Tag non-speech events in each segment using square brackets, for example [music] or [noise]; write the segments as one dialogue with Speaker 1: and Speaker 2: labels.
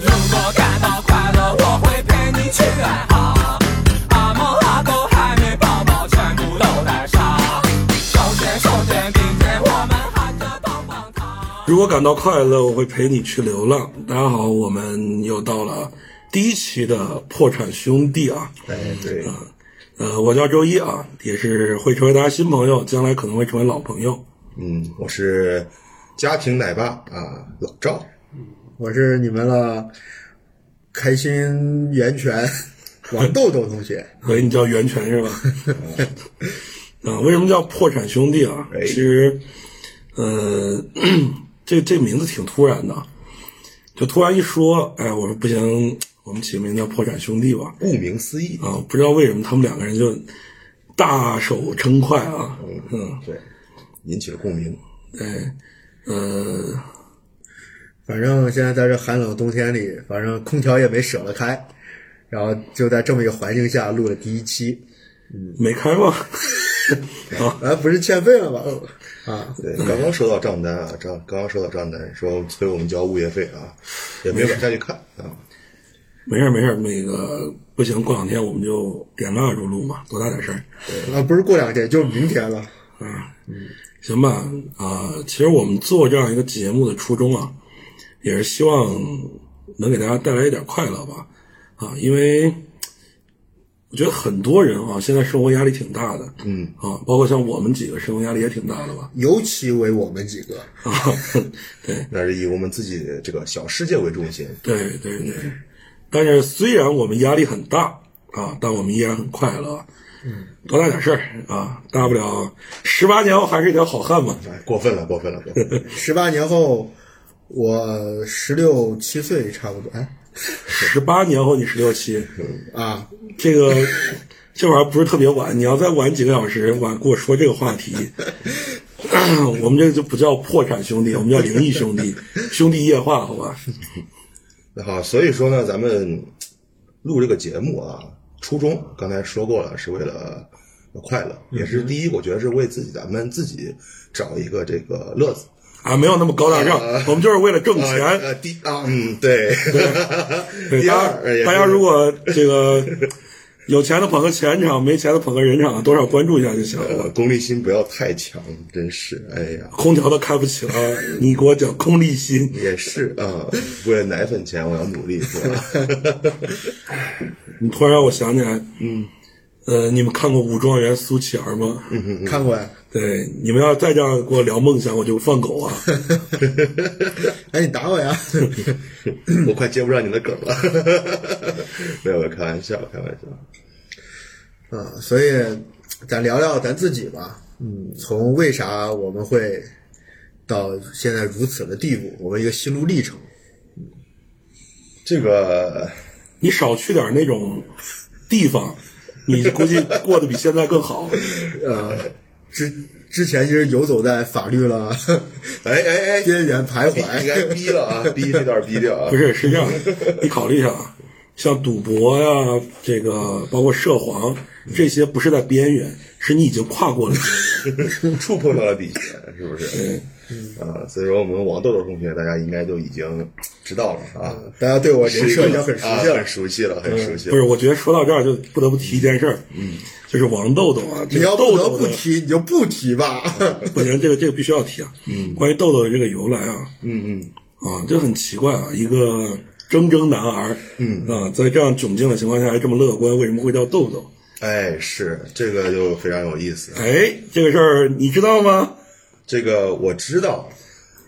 Speaker 1: 我感到快乐，我会陪你去爱好。阿猫阿狗还没抱抱，全部都带上。手牵手肩并肩，我们含着棒棒糖。
Speaker 2: 如果感到快乐，我会陪你去流浪。大家好，我们又到了第一期的破产兄弟啊，
Speaker 3: 哎，对，
Speaker 4: 嗯
Speaker 2: 呃，我叫周一啊，也是会成为大家新朋友，将来可能会成为老朋友。
Speaker 3: 嗯，我是家庭奶爸啊，老赵，
Speaker 4: 嗯我是你们的开心
Speaker 3: [laughs]
Speaker 4: 源泉王豆豆同学。
Speaker 2: 所以你叫袁泉是吧？啊，为什么叫破产兄弟啊？
Speaker 3: 哎
Speaker 2: 其实，呃， [coughs] 这这名字挺突然的，就突然一说，哎，我说不行，我们起个名叫破产兄弟吧。
Speaker 3: 顾名思义，
Speaker 2: 啊，不知道为什么他们两个人就大手称快啊，嗯，
Speaker 3: 对，引起了共鸣。
Speaker 2: 对，哎呃，
Speaker 4: 反正现在在这寒冷冬天里，反正空调也没舍得开，然后就在这么一个环境下录了第一期。
Speaker 2: 没开吗？
Speaker 4: 啊，不是欠费了吧？啊，
Speaker 3: 对，刚刚收到账单啊，账刚刚收到账单，说催我们交物业费啊，也没往下去看啊。
Speaker 2: 没事儿没事儿，那个不行，过两天我们就点蜡烛录嘛，多大点事儿。
Speaker 4: 啊，不是过两天，就是明天了。
Speaker 2: 行吧，啊、其实我们做这样一个节目的初衷啊，也是希望能给大家带来一点快乐吧，啊，因为我觉得很多人啊，现在生活压力挺大的，嗯，啊，包括像我们几个生活压力也挺大的吧，
Speaker 4: 尤其为我们几个，
Speaker 2: 啊，对
Speaker 3: [laughs] 那是以我们自己这个小世界为中心，
Speaker 2: 对对对，但是虽然我们压力很大啊，但我们依然很快乐，嗯，多大点事儿啊，大不了十八年后还是一条好汉嘛，
Speaker 3: 哎，过分了，过分了，过分了
Speaker 4: 十八年后，我十六七岁差不多。哎，
Speaker 2: 十八年后你十六七。
Speaker 4: 啊，
Speaker 2: 这个这玩意儿不是特别晚，你要再晚几个小时，晚跟我说这个话题， [coughs] 我们这就不叫破产兄弟，我们叫灵异兄弟，兄弟夜话，好吧？
Speaker 3: 那 [laughs] 好，所以说呢，咱们录这个节目啊，初衷刚才说过了，是为了快乐，也
Speaker 4: 嗯
Speaker 3: 是第一，我觉得是为自己咱们自己找一个这个乐子。
Speaker 2: 啊，没有那么高大上，我们就是为了挣
Speaker 3: 啊
Speaker 2: 钱。
Speaker 3: 呃，第啊，嗯，对，
Speaker 2: 对
Speaker 3: [laughs] 第
Speaker 2: 大
Speaker 3: 二，呃哎
Speaker 2: 家
Speaker 3: 也是
Speaker 2: 大家如果这个有钱的捧个钱场，没钱的捧个人场，多少关注一下就行了。
Speaker 3: 呃功利心不要太强，真是，哎呀，
Speaker 2: 空调都开不起了，你给我讲功利心。
Speaker 3: 也是啊，为了奶粉钱，我要努力，是吧？
Speaker 2: 你突然让我想起来，嗯，呃，你们看过《武状元苏乞儿》吗？嗯，
Speaker 4: 看过
Speaker 3: [laughs]
Speaker 4: 呀。
Speaker 2: 对，你们要再这样跟我聊梦想，我就放狗啊！
Speaker 4: 哎，你打
Speaker 3: [laughs]
Speaker 4: 我呀！
Speaker 3: [laughs] 我快接不上你的梗了， [laughs] 没有，开玩笑，开玩笑。
Speaker 4: 啊，所以咱聊聊咱自己吧。嗯，从为啥我们会到现在如此的地步，我们一个心路历程。
Speaker 3: 这个
Speaker 2: 你少去点那种地方，你估计过得比现在更好。
Speaker 4: 呃之之前就是游走在法律了
Speaker 3: [laughs] 哎哎哎，
Speaker 4: 边缘徘
Speaker 3: 逼应
Speaker 4: 徊。
Speaker 3: 该逼了啊，逼这段逼掉啊
Speaker 2: 不。是，是这样，你考虑一下啊，像赌博呀、这个包括涉黄这些，不是在边缘，是你已经跨过了边缘。
Speaker 3: 触碰到了底线，是不是？啊，所以说我们王豆豆同学，大家应该都已经知道了啊，
Speaker 4: 大家对我人
Speaker 3: 是一
Speaker 4: 设
Speaker 3: 个
Speaker 4: 已经很熟悉
Speaker 3: 啊
Speaker 4: 了
Speaker 3: 很。熟悉了，嗯很熟悉
Speaker 2: 不是，
Speaker 3: 了。
Speaker 2: 我觉得说到这儿就不得不提一件事儿，嗯，就是王豆豆啊，这
Speaker 4: 你
Speaker 2: 个
Speaker 4: 要
Speaker 2: 豆
Speaker 4: 不
Speaker 2: 豆
Speaker 4: 得不
Speaker 2: 的
Speaker 4: 提，你就不
Speaker 3: [laughs]
Speaker 4: 提吧。
Speaker 2: 不行，这个这个必须要提啊。嗯，关于豆豆的这个由来啊，嗯嗯，啊，这很奇怪啊，一个铮铮男儿，嗯啊，在这样窘境的情况下还这么乐观，为什么会叫豆豆？
Speaker 3: 哎，是这个就非常有意思。
Speaker 2: 哎，这个事儿你知道吗？
Speaker 3: 这个我知道，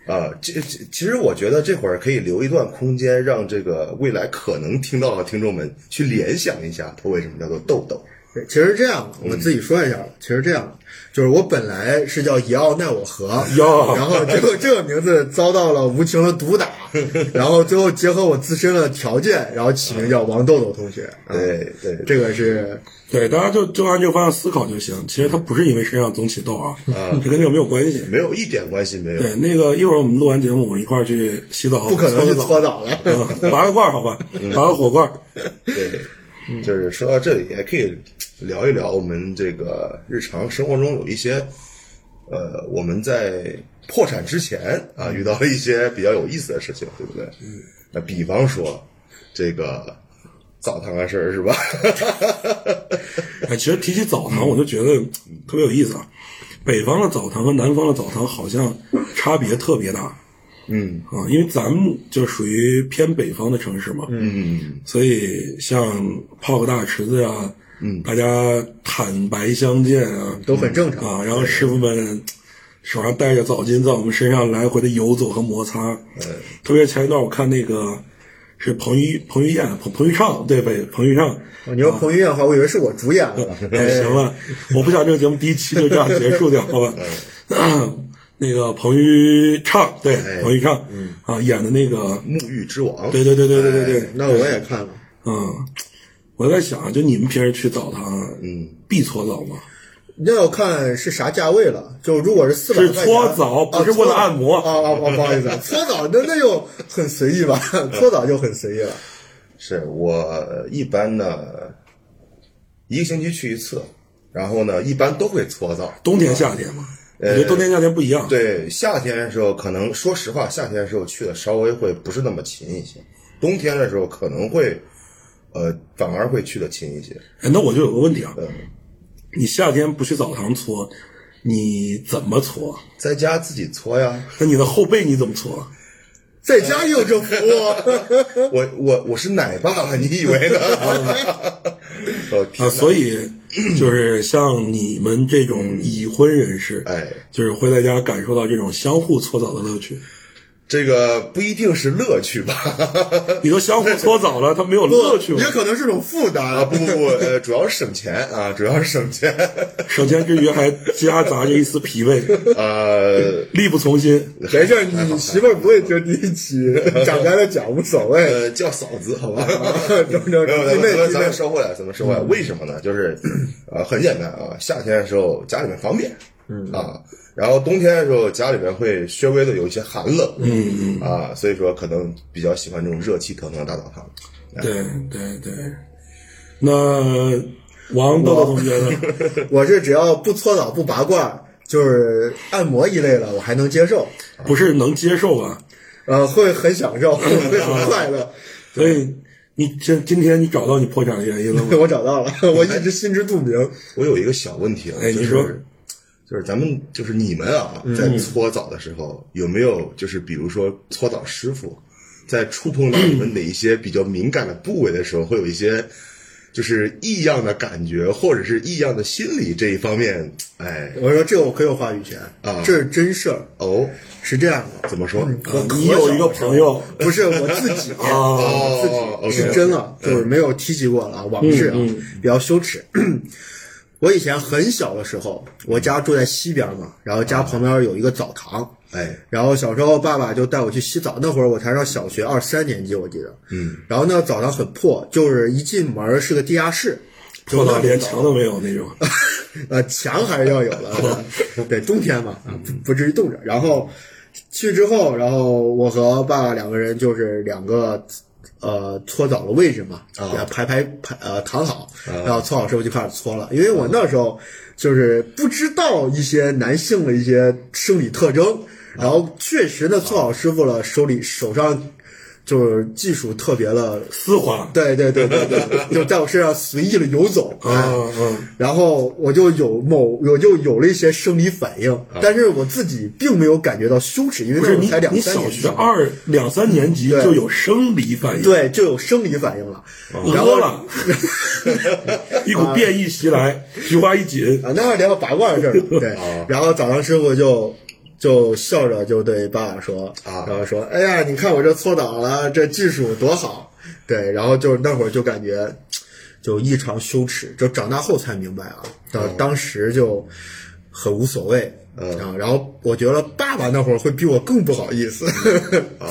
Speaker 3: 啊，这这其实我觉得这会儿可以留一段空间，让这个未来可能听到的听众们去联想一下，他为什么叫做豆豆。
Speaker 4: 其实这样，我自
Speaker 2: 嗯
Speaker 4: 己说一下吧。其实这样，就是我本来是叫耶奥奈我河，
Speaker 2: 哟
Speaker 4: 然后结果这个名字遭到了无情的
Speaker 2: [laughs]
Speaker 4: 毒打，然后最后结合我自身的条件，然后起名叫王豆豆同学。啊
Speaker 3: 对对，
Speaker 4: 这个是
Speaker 2: 对，大家就就按这个方向思考就行。其实他不是因为身上总起痘啊，这跟这个没有关系。
Speaker 3: 没有一点关系没有。
Speaker 2: 对，那个一会儿我们录完节目，我们一块儿去洗澡，
Speaker 4: 不可能去
Speaker 2: 搓个
Speaker 4: 搓
Speaker 2: 澡，
Speaker 4: 澡了。 [laughs]
Speaker 2: 嗯拔个罐儿好吧，拔个火罐儿。
Speaker 3: 对，就是说到这里，也可以聊一聊我们这个日常生活中有一些，呃，我们在破产之前啊遇到了一些比较有意思的事情，对不对？那比方说，这个澡堂的事儿是吧？ [laughs]
Speaker 2: 哎，其实提起澡堂，我就觉得特别有意思啊。北方的澡堂和南方的澡堂好像差别特别大
Speaker 3: 嗯
Speaker 2: 啊，因为咱们就属于偏北方的城市嘛，
Speaker 3: 嗯，
Speaker 2: 所以像泡个大池子呀、嗯，大家坦白相见啊，
Speaker 4: 都很正常。
Speaker 2: 啊，然后师傅们手上带着澡巾在我们身上来回的游走和摩擦。特别前一段我看那个是彭于彭于晏彭彭昱畅对对彭昱畅，
Speaker 4: 哦 [laughs] 你说彭于晏的话，我以为是我主演了。
Speaker 2: [laughs] 哎，行了，我不想这个节目第一期就这样结束掉，好吧？ [clears throat] 那个彭昱畅对彭昱畅啊演的那个，
Speaker 3: 沐浴之王，
Speaker 2: 对对对对对对对
Speaker 4: 哎，那我也看了。
Speaker 2: 嗯，我在想，啊就你们平时去澡堂，嗯，必搓澡吗？
Speaker 4: 那要看是啥价位了，就如果是四百，
Speaker 2: 是搓澡不是为了按摩
Speaker 4: 啊搓啊啊！啊不好意思，搓澡那那就很随意吧，
Speaker 2: 嗯
Speaker 4: 搓澡就很随意了。
Speaker 3: 是我一般呢一个星期去一次，然后呢一般都会搓澡。
Speaker 2: 冬天夏天嘛，我觉得冬天夏天不一样。
Speaker 3: 对，夏天的时候可能说实话，夏天的时候去的稍微会不是那么勤一些，冬天的时候可能会，呃，反而会去的勤一些。
Speaker 2: 哎，那我就有个问题啊，
Speaker 3: 嗯，
Speaker 2: 你夏天不去澡堂搓，你怎么搓？
Speaker 3: 在家自己搓呀。
Speaker 2: 那你的后背你怎么搓？
Speaker 4: 在家也有这服务，
Speaker 3: 我我我是奶爸，你以为呢？
Speaker 4: 嗯
Speaker 3: [laughs] 哦天
Speaker 2: 啊，
Speaker 3: 哪
Speaker 2: 所以就是像你们这种已婚人士，
Speaker 3: 哎，
Speaker 2: 就是会在家感受到这种相互搓澡的乐趣。
Speaker 3: 这个不一定是乐趣吧？
Speaker 2: 你都相互搓澡了，他没有乐趣
Speaker 3: [laughs]
Speaker 2: 吗
Speaker 4: 也？可能是种负
Speaker 3: 啊，
Speaker 4: 担。
Speaker 3: 不不不，呃，主要是省钱啊，主要是省钱。
Speaker 2: 省钱之余还夹杂着一丝疲惫，
Speaker 3: 呃
Speaker 2: 力不从心。
Speaker 4: [laughs] 没事，你媳妇儿不会听第一期，展开了讲无所谓。
Speaker 3: 呃，叫嫂子，好 [laughs] 吧？
Speaker 4: 整整整
Speaker 3: 没有，咱
Speaker 4: 弟妹
Speaker 3: 们
Speaker 4: 弟
Speaker 3: 咱
Speaker 4: 妹
Speaker 3: 们，收回来，咱们收回来。为什么呢？就是，呃，很简单啊，夏天的时候家里面方便，嗯啊，然后冬天的时候家里面会稍微的有一些寒冷，嗯嗯啊，所以说可能比较喜欢这种热气腾腾的大澡堂。
Speaker 2: 对对对，那王豆豆同学呢？
Speaker 4: 我是只要不搓澡不拔罐，就是按摩一类的，我还能接受，
Speaker 2: 不是能接受啊吧？
Speaker 4: 呃，会很享受，会很快乐。
Speaker 2: 所以你今今天你找到你破产的原因了
Speaker 4: [laughs]
Speaker 2: 吗？
Speaker 4: 我找到了，我一直心知肚明。
Speaker 3: 我有一个小问题啊，
Speaker 2: 哎
Speaker 3: 就
Speaker 2: 你说嗯
Speaker 3: 是就是咱们就是你们啊，在搓澡的时候有没有就是比如说搓澡师傅在触碰到你们哪一些比较敏感的部位的时候，会有一些就是异样的感觉，或者是异样的心理这一方面？哎，
Speaker 4: 我说这个我可有话语权
Speaker 3: 啊
Speaker 4: 这是真事儿，
Speaker 3: 哦，
Speaker 4: 是这样的。
Speaker 3: 怎么说？
Speaker 4: 我可
Speaker 2: 你有一个朋友
Speaker 4: 不是我自己，
Speaker 2: 啊，
Speaker 3: 哦，
Speaker 4: 是嗯真的，就是没有提及过了啊，往事啊，比较羞耻。 [clears throat] 我以前很小的时候，我家住在西边嘛，然后家旁边有一个澡堂，
Speaker 3: 哎，
Speaker 4: 然后小时候爸爸就带我去洗澡，那会儿我才上小学二三年级，我记得。嗯。然后那澡堂很破，就是一进门儿是个地下室，
Speaker 2: 破到连墙都没有那种。
Speaker 4: 呃，墙还是要有的，对，冬天嘛，啊不不至于冻着。然后去之后，然后我和爸爸两个人就是两个呃搓澡的位置嘛，
Speaker 3: 啊
Speaker 4: 呃排排排呃躺好，然后搓好之后就开始搓了。因为我那时候就是不知道一些男性的一些生理特征，然后确实呢搓好师傅了，手里手上就是技术特别的
Speaker 2: 丝滑，
Speaker 4: [laughs] 对对对对对，就在我身上随意的游走。哎
Speaker 2: 嗯嗯，
Speaker 4: 然后我就有某，我就有了一些生理反应，但是我自己并没有感觉到羞耻，因为
Speaker 2: 啊不
Speaker 4: 那
Speaker 2: 是
Speaker 4: 时候
Speaker 2: 你
Speaker 4: 才两
Speaker 2: 你
Speaker 4: 三
Speaker 2: 小
Speaker 4: 年级
Speaker 2: 学。二两三年级
Speaker 4: 对
Speaker 2: 就有生理反应，，
Speaker 4: 对，就有生理反应了，然
Speaker 2: 嗯饿
Speaker 4: 后
Speaker 2: 了，
Speaker 4: [laughs]
Speaker 2: 一股变异袭来，菊花一紧，
Speaker 4: 啊，那是聊到拔罐的事儿了，对。然后早上师傅就就笑着就对爸爸说，
Speaker 3: 啊
Speaker 4: 然后说，哎呀，你看我这搓澡了，这技术多好，对。然后就那会儿就感觉就异常羞耻，就长大后才明白啊，当当时就很无所谓。啊，然后我觉得爸爸那会儿会比我更不好意思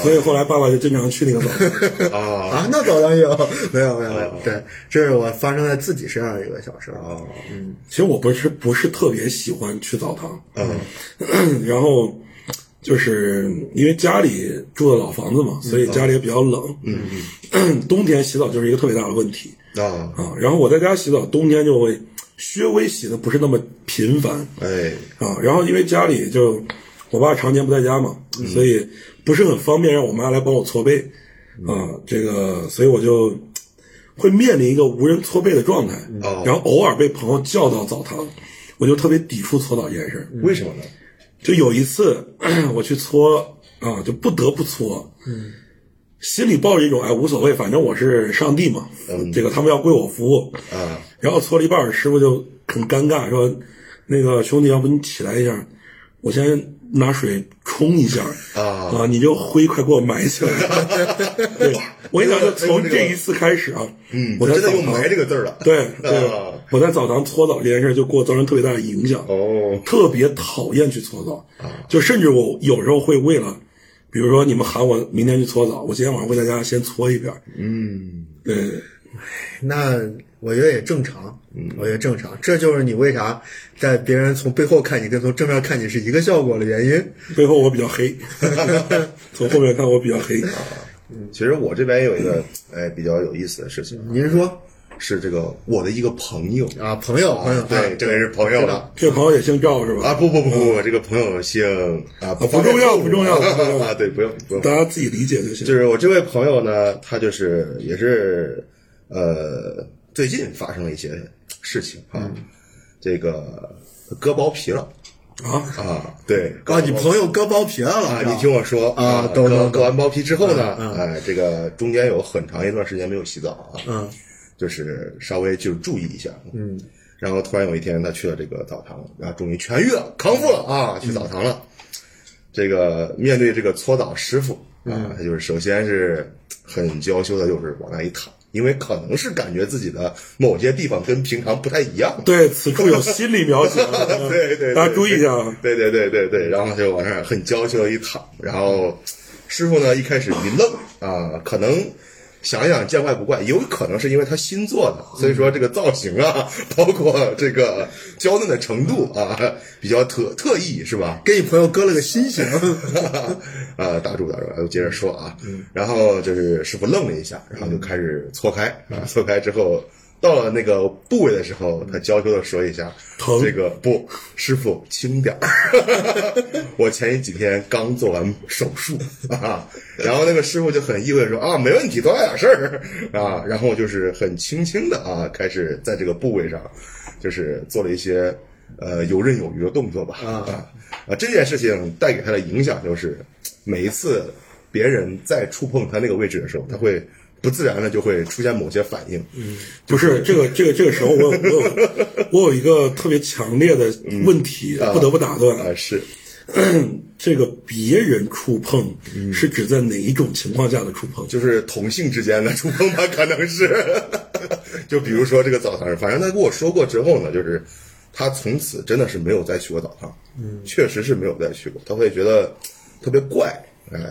Speaker 2: 所以后来爸爸就经常去那个澡堂。
Speaker 3: 啊，
Speaker 4: [laughs] 啊，那早上有没有没有没有，对，这是我发生在自己身上的一个小事儿啊，
Speaker 2: 其实我不是不是特别喜欢去澡堂，嗯， [coughs] 然后就是因为家里住的老房子嘛，所以家里也比较冷，嗯，冬天洗澡就是一个特别大的问题
Speaker 3: 啊，
Speaker 2: 啊。然后我在家洗澡，冬天就会稍微洗的不是那么频繁，
Speaker 3: 哎，
Speaker 2: 啊，然后因为家里就我爸常年不在家嘛，所以不是很方便让我妈来帮我搓背，啊，这个，所以我就会面临一个无人搓背的状态，
Speaker 3: 哦
Speaker 2: 然后偶尔被朋友叫到澡堂，我就特别抵触搓澡这件事儿。
Speaker 3: 为什么呢？
Speaker 2: 就有一次 [clears throat] 我去搓啊，就不得不搓，嗯，心里抱着一种哎无所谓，反正我是上帝嘛，
Speaker 3: 嗯
Speaker 2: 这个他们要归我服务，
Speaker 3: 啊，
Speaker 2: 然后搓了一半儿，师傅就很尴尬说：“那个兄弟，要不你起来一下，我先拿水冲一下
Speaker 3: 啊
Speaker 2: 你就灰快给我埋起
Speaker 3: [laughs]
Speaker 2: 来。对”我跟你讲，就从这一次开始啊，嗯我在
Speaker 3: 真的
Speaker 2: 澡
Speaker 3: 用“
Speaker 2: 堂
Speaker 3: 埋”这个字儿了。
Speaker 2: 对对
Speaker 3: 啊，
Speaker 2: 我在澡堂搓澡这件事儿就给我造成特别大的影响。
Speaker 3: 哦，
Speaker 2: 特别讨厌去搓澡，就甚至我有时候会为了，比如说你们喊我明天去搓澡，我今天晚上会在家先搓一遍。嗯，对，
Speaker 4: 那我觉得也正常，我觉得正常，这就是你为啥在别人从背后看你跟从正面看你是一个效果的原因。
Speaker 2: 背后我比较黑， [laughs] 从后面看我比较黑。
Speaker 3: 其实我这边有一个哎比较有意思的事
Speaker 2: 嗯
Speaker 3: 情啊，
Speaker 4: 您说
Speaker 3: 是这个我的一个朋友，
Speaker 4: 啊，朋友，朋友，
Speaker 3: 对，这位是朋友了。
Speaker 2: 这个朋友也姓赵是吧？
Speaker 3: 啊，不不不不，这个朋友姓啊，不
Speaker 2: 不重要不重要不重要
Speaker 3: [laughs] 啊，对，不用不用
Speaker 2: 大，家自己理解就行。
Speaker 3: 就是我这位朋友呢，他就是也是呃，最近发生了一些事情啊，这个呃割包皮了
Speaker 2: 啊，
Speaker 3: 啊，对，割
Speaker 4: 啊，
Speaker 3: 包
Speaker 4: 你朋友割包皮了
Speaker 3: 啊，
Speaker 4: 是吧
Speaker 3: 你听我说
Speaker 4: 啊懂
Speaker 3: 割
Speaker 4: 懂
Speaker 3: 割完包皮之后呢，
Speaker 4: 嗯嗯
Speaker 3: 哎，这个中间有很长一段时间没有洗澡啊，
Speaker 4: 嗯
Speaker 3: 就是稍微就注意一下，嗯，然后突然有一天他去了这个澡堂，然后终于痊愈了，康复了啊，去澡堂了。这个面对这个搓澡师傅啊，他就是首先是很娇羞的，就是往那一躺，因为可能是感觉自己的某些地方跟平常不太一样，，
Speaker 2: 对，此处有心理描写
Speaker 3: [laughs]
Speaker 4: 嗯
Speaker 3: 对对对，
Speaker 2: 大家注意一下啊。
Speaker 3: 对对对对对，然后就往那儿很娇羞的一躺，然后师傅呢一开始一愣啊，可能想一想见怪不怪，有可能是因为他新做
Speaker 4: 嗯
Speaker 3: 的，所以说这个造型啊，包括这个娇嫩的程度啊，比较特特意是吧？
Speaker 4: 给你朋友割了个心形，
Speaker 3: [laughs] 啊，打住打住，我接着说啊。
Speaker 4: 嗯
Speaker 3: 然后就是师傅愣了一下，然后就开始搓开啊，搓开之后。到了那个部位的时候，他娇羞的说一下：“
Speaker 2: 疼
Speaker 3: 这个不，师傅轻点儿。 [laughs] 我前几天刚做完手术 [laughs] 啊，然后那个师傅就很意味地说啊，没问题，多大点事儿 [laughs] 啊。然后就是很轻轻的啊，开始在这个部位上，就是做了一些呃游刃有余的动作吧
Speaker 4: 啊
Speaker 3: 啊啊！这件事情带给他的影响就是，每一次别人再触碰他那个位置的时候，他会不自然的就会出现某些反应。嗯，
Speaker 2: 不是这个这个这个时候，我有我有我有一个特别强烈的问题，不得不打断。
Speaker 3: 啊是。
Speaker 2: 这个别人触碰
Speaker 3: 嗯
Speaker 2: 是指在哪一种情况下的触碰？
Speaker 3: 就是同性之间的触碰吧，可能是。 [laughs] 就比如说这个澡堂儿，反正他跟我说过之后呢，就是他从此真的是没有再去过澡堂，嗯，确实是没有再去过，他会觉得特别怪，哎，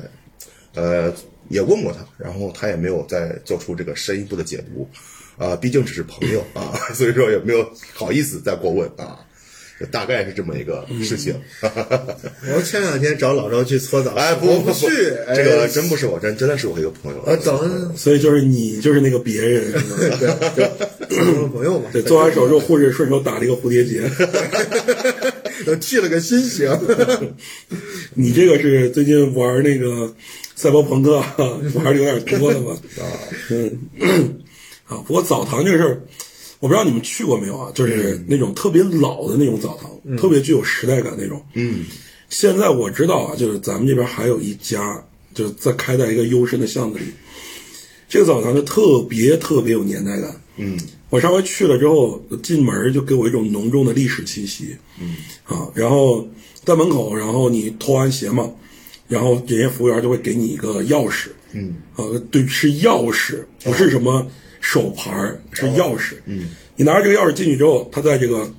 Speaker 3: 呃，也问过他，然后他也没有再做出这个深一步的解读，啊、毕竟只是朋友啊， [laughs] 所以说也没有好意思再过问啊，就大概是这么一个事情。
Speaker 4: 我前两天找老赵去搓澡，
Speaker 3: 哎，不
Speaker 4: 嗯我
Speaker 3: 不不
Speaker 4: 去，哎啊
Speaker 3: 这个真不是我，真真的是我一个朋友。啊
Speaker 4: 我等
Speaker 2: 所以就是你就是那个别人，是吧
Speaker 4: 对朋友嘛，
Speaker 2: 对，做完手术，护士顺手打了一个蝴蝶结。
Speaker 3: [laughs]
Speaker 4: 都剃了个心形，
Speaker 3: 哦
Speaker 2: 你这个是最近玩那个赛博朋克 [laughs] 啊玩的有点多了吧？啊，嗯，啊，不过澡堂这个事儿，我不知道你们去过没有啊？就是那种特别老的那种澡堂，特别具有时代感那种。嗯，现在我知道啊，就是咱们这边还有一家，就是在开在一个幽深的巷子里，这个澡堂就特别特别有年代感。嗯，我上回去了之后，进门儿就给我一种浓重的历史气息。嗯，啊，然后在门口，然后你脱完鞋嘛，然后人家服务员就会给你一个钥匙。嗯，啊，对，是钥匙，不是什么手牌儿，是钥匙。嗯，你拿着这个钥匙进去之后，他在这个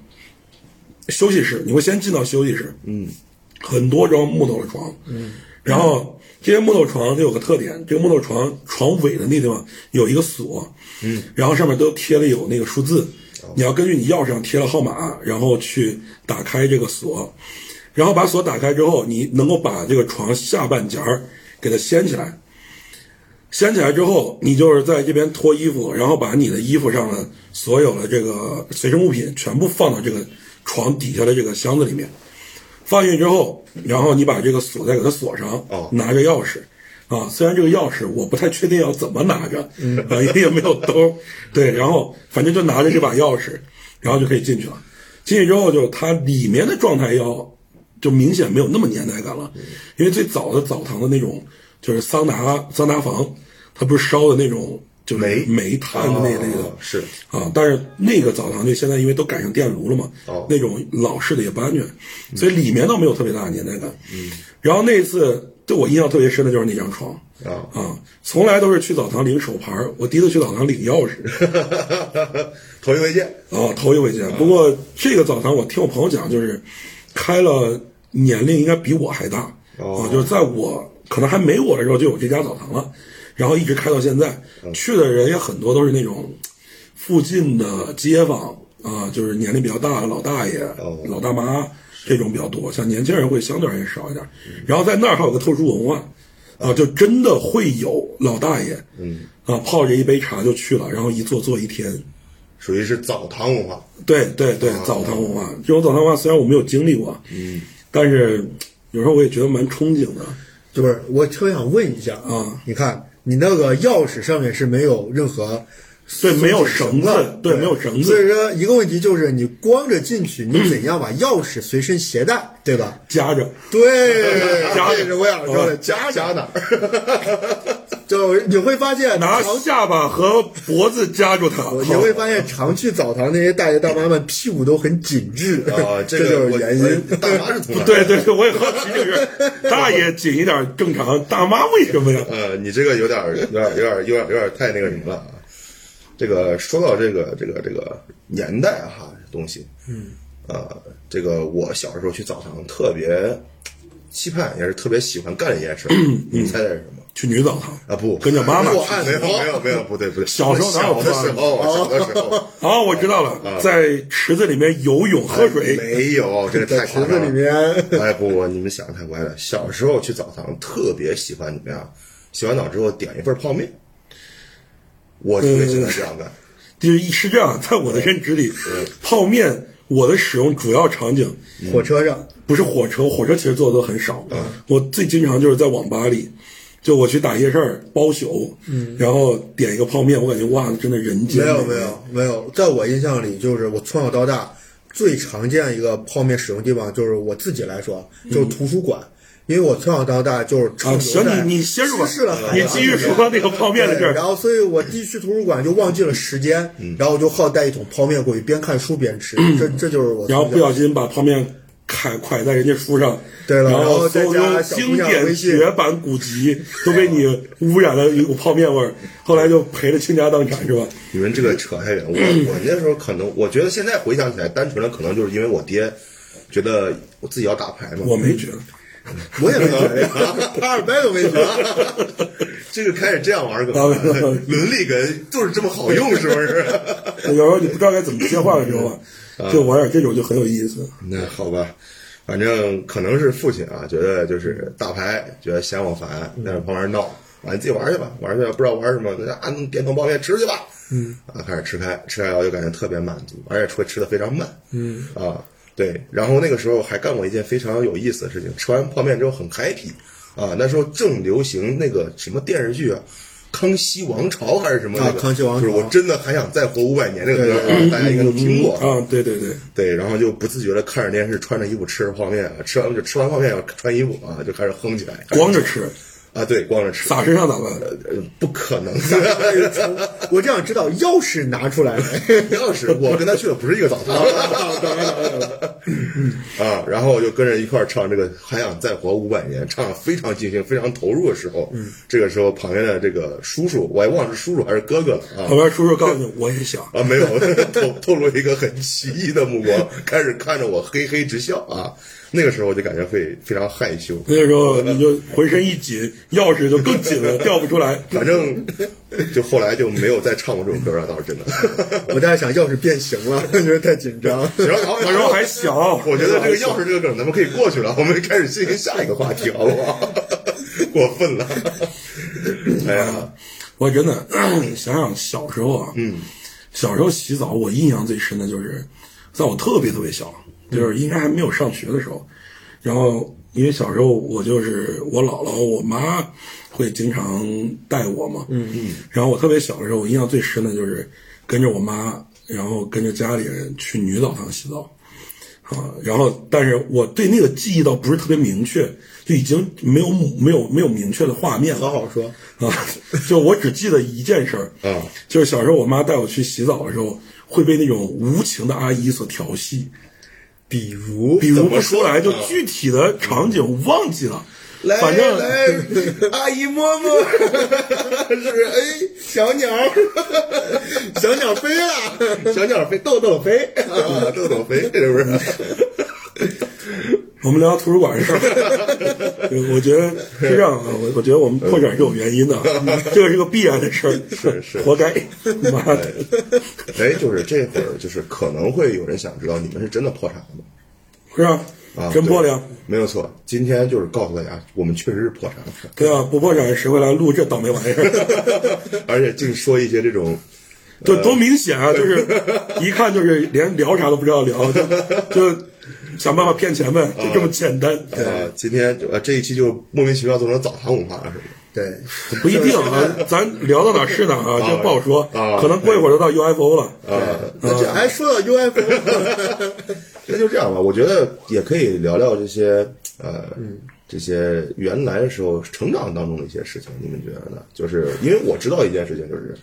Speaker 2: 休息室，你会先进到休息室。嗯，很多张木头的床。嗯，然后这些木头床它有个特点，这个木头床床尾的那地方有一个锁。嗯，然后上面都贴了有那个数字，你要根据你钥匙上贴了号码，然后去打开这个锁。然后把锁打开之后，你能够把这个床下半截儿给它掀起来。掀起来之后，你就是在这边脱衣服，然后把你的衣服上的所有的这个随身物品全部放到这个床底下的这个箱子里面。放进去之后，然后你把这个锁再给它锁上，
Speaker 3: 哦
Speaker 2: 拿着钥匙，啊，虽然这个钥匙我不太确定要怎么拿着，
Speaker 3: 嗯
Speaker 2: 啊，也也没有兜，对，然后反正就拿着这把钥匙，然后就可以进去了。进去之后就它里面的状态要就明显没有那么年代感了，
Speaker 3: 嗯
Speaker 2: 因为最早的澡堂的那种就是桑拿桑拿房，它不是烧的那种就是
Speaker 3: 煤
Speaker 2: 煤炭的那类的
Speaker 3: 哦，是
Speaker 2: 啊，但是那个澡堂就现在因为都改成电炉了嘛，
Speaker 3: 哦
Speaker 2: 那种老式的也搬去，所以里面倒没有特别大的年代感。嗯，然后那一次对我印象特别深的就是那张床
Speaker 3: 啊，
Speaker 2: 啊，从来都是去澡堂领手牌儿我第一次去澡堂领钥匙
Speaker 3: 头一回见，
Speaker 2: 啊，头一回见。不过这个澡堂我听我朋友讲，就是开了年龄应该比我还大啊，
Speaker 3: 哦
Speaker 2: 就是在我可能还没我的时候就有这家澡堂了，然后一直开到现在，
Speaker 3: 嗯
Speaker 2: 去的人也很多都是那种。附近的街坊啊、就是年龄比较大的老大爷、
Speaker 3: 哦
Speaker 2: 老大妈这种比较多，像年轻人会相对而言少一点。
Speaker 3: 嗯
Speaker 2: 然后在那儿还有个特殊文化啊、就真的会有老大爷，嗯，啊、泡着一杯茶就去了，然后一坐坐一天。
Speaker 3: 属于是澡堂 [laughs] 文化。
Speaker 2: 对对对，澡堂文化这种澡堂文化虽然我没有经历过，嗯，但是有时候我也觉得蛮憧憬的。
Speaker 4: 就是我特想问一下
Speaker 2: 啊，
Speaker 4: 你看你那个钥匙上面是没有任何
Speaker 2: 对，没有
Speaker 4: 绳
Speaker 2: 绳子，对，没有绳
Speaker 4: 所以
Speaker 2: 子，
Speaker 4: 说一个问题就是你光着进去，你怎样把钥匙随身携带，对吧？
Speaker 2: 夹着。
Speaker 4: [laughs] 对，
Speaker 3: 啊
Speaker 2: 夹着
Speaker 4: 这是我想说的，
Speaker 2: 哦
Speaker 4: 夹夹
Speaker 3: [laughs]
Speaker 4: 哪儿？就你会发现
Speaker 2: 拿
Speaker 4: 常
Speaker 2: 下巴和脖子夹住它，
Speaker 4: 你会发现常去澡堂那些大爷大妈们屁股都很紧致，
Speaker 3: 啊，
Speaker 4: 哦这
Speaker 3: 个
Speaker 4: 就是
Speaker 3: 我
Speaker 4: 原因。
Speaker 3: 我大妈是 [laughs] 从哪儿来
Speaker 2: 对
Speaker 3: 的？
Speaker 2: 对对，我也好奇这个事儿。大爷紧一点正常，大妈为什么呀？
Speaker 3: 呃，你这个有点儿、有点儿、有点儿、有点儿、有点儿太那个什么了啊。这个说到这个、这个、这个年代啊哈东西，嗯，呃，这个我小时候去澡堂特别期盼，也是特别喜欢干的一件 [clears throat] 事儿。你猜猜是什么？
Speaker 2: 去女澡堂
Speaker 3: 啊，不，
Speaker 2: 跟着妈妈
Speaker 3: 没有
Speaker 2: 去
Speaker 3: 没有没有没有，不对不对，
Speaker 2: 小时候哪有
Speaker 3: 小的时候，小的时 [laughs] 候。
Speaker 2: 啊，哎我知道了，在池子里面游泳喝水，
Speaker 3: 哎没有，这个太
Speaker 4: 在
Speaker 3: 夸张
Speaker 4: 池子
Speaker 3: 了
Speaker 4: 里面，
Speaker 3: [laughs] 哎，不不，你们想的太歪了。小时候去澡堂特别喜欢怎么样？洗完澡之后点一份泡面，我特别喜欢这样干。
Speaker 2: 就是一是这样，在我的认知里，泡面我的使用主要场景
Speaker 4: 火车上
Speaker 2: 不是火车，火车其实坐的都很少。
Speaker 4: 嗯
Speaker 2: 我最经常就是在网吧里，就我去打夜市儿包宿，然后点一个泡面，我感觉哇，真的人间
Speaker 4: 嗯没有
Speaker 2: 美味
Speaker 4: 没有没有，在我印象里，就是我从小到大最常见一个泡面使用地方，就是我自己来说，就是图书馆，因为我从小到大就是
Speaker 2: 啊。
Speaker 4: 常
Speaker 2: 行，你你歇着吧
Speaker 4: 是了，，啊
Speaker 2: 你继续说那个泡面的事
Speaker 4: 对，然
Speaker 2: 儿。嗯
Speaker 4: 后所以我第一去图书馆就忘记了时间，然后我就好带一桶泡面过去，边看书边吃，这这就是我从小。
Speaker 2: 然后不小心把泡面揩揩在人家书上，
Speaker 4: 对了
Speaker 2: 然
Speaker 4: 然后再
Speaker 2: 搜
Speaker 4: 加
Speaker 2: 搜
Speaker 4: 小
Speaker 2: 经
Speaker 4: 姑娘
Speaker 2: 典
Speaker 4: 微信
Speaker 2: 绝版古籍都被你污染了一股泡面味儿，后来就赔了倾家荡产是吧？
Speaker 3: 你们这个扯太远，我我那时候可能，我觉得现在回想起来，单纯的可能就是因为我爹觉得我自己要打牌嘛。
Speaker 2: 我没觉得，
Speaker 3: [laughs]
Speaker 4: 我也没觉得，他二百都没觉得。
Speaker 3: 这个开始这样玩儿，可
Speaker 2: 啊没有
Speaker 3: 能 [laughs] 伦理哏就是这么好用，是不是？
Speaker 4: 嗯
Speaker 2: 有时候你不知道该怎么接话的时候啊，就玩点这种就很有意思。
Speaker 3: 那好吧，反正可能是父亲啊，觉得就是打牌，觉得嫌我烦，
Speaker 4: 嗯
Speaker 3: 在那旁边闹，啊，你自己玩去吧，玩去吧，不知道玩什么，那啊，你点桶泡面吃去吧，嗯，啊，开始吃开，吃开后就感觉特别满足，而且会吃的非常慢，嗯，啊，对，然后那个时候还干过一件非常有意思的事情，吃完泡面之后很 happy，啊，那时候正流行那个什么电视剧啊。康熙王朝还是什么、那个
Speaker 4: 啊康熙王朝
Speaker 3: 就是我真的还想再活五百年这个歌啊，大家应该都听
Speaker 4: 嗯
Speaker 3: 过
Speaker 2: 啊，对对对，
Speaker 3: 对，然后就不自觉的看着电视，穿着衣服吃着泡面，吃完就吃完泡面要穿衣服啊，就开始哼起来，
Speaker 2: 光着吃，
Speaker 3: 啊，对，光着吃，
Speaker 2: 撒身上咋办？
Speaker 3: 呃，不可能， [laughs]
Speaker 4: [laughs] 我这样知道钥匙拿出来了， [laughs]
Speaker 3: 要是我跟他去的不是一
Speaker 2: [laughs]
Speaker 3: 个澡堂啊，然后我就跟着一块儿唱这个《还想再活五百年》，唱得非常尽兴、非常投入的时候，
Speaker 2: 嗯
Speaker 3: 这个时候旁边的这个叔叔，我还忘了是叔叔还是哥哥了啊
Speaker 2: 旁，边叔叔告诉你，我也想。
Speaker 3: 啊，没有 [laughs] 透透露一个很奇异的目光，开始看着我嘿嘿直笑啊。那个时候我就感觉会非常害羞，
Speaker 2: 那时候你就浑身一紧，钥匙就更紧了，掉不出来。
Speaker 3: 反正就后来就没有再唱过这首歌了，倒是真的。
Speaker 4: 我在想钥匙变形了， [laughs] 觉得太
Speaker 2: [laughs]
Speaker 4: 紧张。
Speaker 3: 行，好，
Speaker 2: 那时候还小，
Speaker 3: 我觉得这个钥匙这个梗咱们可以过去了，我们开始进行下一个话题，好不好？ [laughs] 过分了，哎呀，
Speaker 2: 我真的 [clears throat] 想想小时候啊，嗯，小时候洗澡，我印象最深的就是，在我特别特别小，就是应该还没有上学的时候，然后因为小时候我就是我姥姥我妈会经常带我嘛，嗯嗯，然后我特别小的时候，我印象最深的就是跟着我妈，然后跟着家里人去女澡堂洗澡，啊，然后但是我对那个记忆倒不是特别明确，就已经没有没有没有明确的画面了，
Speaker 4: 好好说，
Speaker 2: 啊，就我只记得一件事儿
Speaker 3: 啊
Speaker 2: 就是小时候我妈带我去洗澡的时候，会被那种无情的阿姨所调戏，
Speaker 4: 比如
Speaker 2: 比如
Speaker 3: 怎
Speaker 2: 不
Speaker 3: 么
Speaker 2: 出
Speaker 3: 说
Speaker 2: 来，
Speaker 3: 呢
Speaker 2: 就具体的场景我忘记了，
Speaker 3: 来
Speaker 2: 反正
Speaker 3: 来，阿姨摸摸， [laughs] 是哎，
Speaker 4: 小鸟，
Speaker 3: [laughs]
Speaker 4: 小鸟飞了，
Speaker 3: 小鸟飞，豆豆飞，啊豆豆飞，是不是？
Speaker 2: [laughs] 我们聊图书馆的事儿，我我觉得是这样啊，我我觉得我们破产是有原因的，这个是个必然的事儿，
Speaker 3: 嗯
Speaker 2: [laughs]
Speaker 3: 是是
Speaker 2: 活该，妈的，
Speaker 3: 哎，就是这会儿，就是可能会有人想知道，你们是真的破产了吗？
Speaker 2: 是吧？
Speaker 3: 啊，
Speaker 2: 真破
Speaker 3: 对
Speaker 2: 了，，
Speaker 3: 没有错。今天就是告诉大家，我们确实是破产了， [laughs]
Speaker 2: 对啊，不破产谁会来录这倒霉玩意儿？
Speaker 3: 而且净说一些这种
Speaker 2: 就多明显啊！就是一看就是连聊啥都不知道聊，就就想办法骗钱呗，就这么简单。
Speaker 3: 啊，今天就呃这一期就莫名其妙做成澡堂文化了，是吗？
Speaker 4: [laughs] 对，
Speaker 2: 不一定啊，咱聊到哪儿是哪儿啊，这不好说
Speaker 3: 啊，
Speaker 2: 可能过一会儿就到 UFO 了。
Speaker 3: 啊，
Speaker 4: 那
Speaker 2: 呃
Speaker 4: 这还说
Speaker 2: [laughs]
Speaker 4: 到 UFO，
Speaker 3: 那就这样吧。我觉得也可以聊聊这些呃，
Speaker 4: 嗯
Speaker 3: 这些原来的时候成长当中的一些事情，你们觉得呢？就是因为我知道一件事情，就是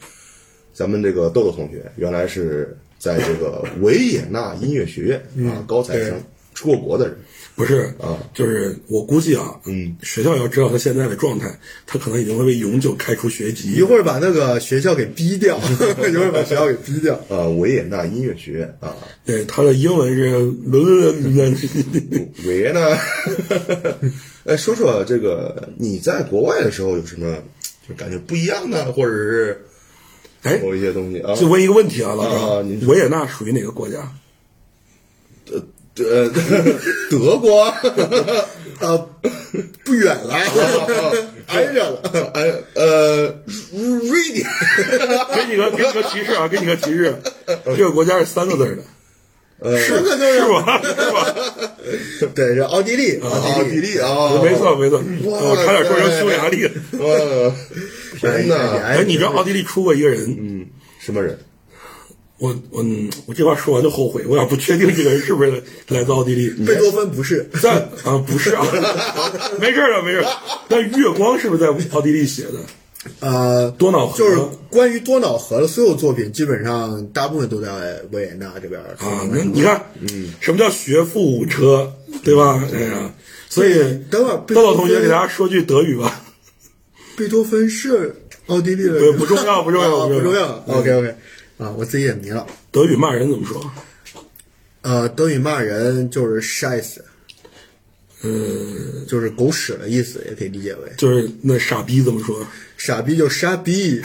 Speaker 3: 咱们这个豆豆同学原来是在这个维也纳音乐学院
Speaker 4: 嗯
Speaker 3: 啊高材生，出过国的人。
Speaker 2: 不是啊，就是我估计啊，嗯，学校要知道他现在的状态，他可能已经会被永久开除学籍。
Speaker 4: 一会儿把那个学校给逼
Speaker 3: [laughs]
Speaker 4: 掉，一会儿把学校给逼掉。
Speaker 3: 呃，维也纳音乐学院啊，
Speaker 2: 对他的英文是
Speaker 3: [laughs] 维也纳。 [laughs] 哎，说说这个你在国外的时候有什么就感觉不一样的，或者是
Speaker 2: 哎，
Speaker 3: 某一些东西啊？
Speaker 2: 就问一个问题啊，老
Speaker 3: 啊啊
Speaker 2: 张
Speaker 3: 您，说
Speaker 2: 维也纳属于哪个国家？
Speaker 3: 呃， [laughs] 德
Speaker 4: [laughs]
Speaker 3: 国，
Speaker 4: 呃，不远了，
Speaker 3: [laughs]
Speaker 4: 挨着了。
Speaker 3: 哎呃，瑞瑞典，
Speaker 2: 给你个给你个提示啊，给你个提示，这个国家是三个字儿的，
Speaker 4: 三个
Speaker 2: 是
Speaker 4: 就是
Speaker 2: 吧？是吧？
Speaker 4: [laughs] 对，是奥地利，
Speaker 3: 奥地利啊，
Speaker 2: 没错没错，
Speaker 3: 哇
Speaker 2: 我差点说成匈牙利。
Speaker 3: 呃，天哪，
Speaker 4: 哎嗯
Speaker 2: 哎，你知道奥地利出过一个人，
Speaker 3: 什么人？
Speaker 2: 我我嗯我这话说完就后悔，我俩不确定这个人是不是来自奥地利。
Speaker 4: 贝多芬不是， [laughs]
Speaker 2: 在啊不是啊，没事儿了没事儿。但月光是不是在奥地利写的？
Speaker 4: 呃，
Speaker 2: 多瑙河啊
Speaker 4: 就是关于多瑙河的所有作品，基本上大部分都在维也纳这边儿
Speaker 2: 啊，那你看，嗯，什么叫学富五车，对吧？哎呀，所以
Speaker 4: 等会儿
Speaker 2: 豆豆同学给大家说句德语吧，
Speaker 4: 贝多芬是奥地利的
Speaker 2: 对
Speaker 4: 人，
Speaker 2: 不重要不重要
Speaker 4: [laughs] 啊
Speaker 2: 不
Speaker 4: 不
Speaker 2: 重
Speaker 4: 重
Speaker 2: 要嗯
Speaker 4: 要。OK OK，啊，我自己也迷了。
Speaker 2: 德语骂人怎么说？
Speaker 4: 呃，德语骂人就是 “scheiß”，
Speaker 2: 呃，
Speaker 4: 就是狗屎的意思，也可以理解为
Speaker 2: 就是那傻逼怎么说？
Speaker 4: 傻逼就
Speaker 2: [laughs]
Speaker 4: 傻逼，